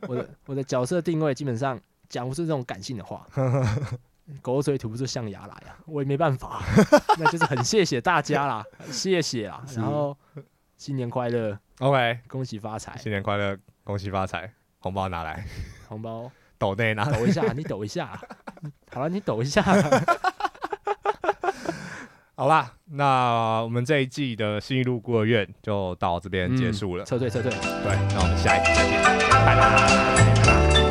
Speaker 1: 我的我的角色定位基本上讲不出这种感性的 话，狗嘴吐不出象牙来啊，我也没办 法啊、那就是很谢谢大家啦，谢谢啦，然后新年快乐，
Speaker 2: OK，
Speaker 1: 恭喜发财，
Speaker 2: 新年快乐，恭喜发财，红包拿来，
Speaker 1: 红包
Speaker 2: 抖内拿来。
Speaker 1: 抖一下，你抖一下，好了，你抖 一下，
Speaker 2: 好啦，那我们这一季的新一路孤儿院
Speaker 1: 嗯
Speaker 2: 就到这边结束了。
Speaker 1: 撤退撤退。
Speaker 2: 对，那我们下一期再见，拜拜。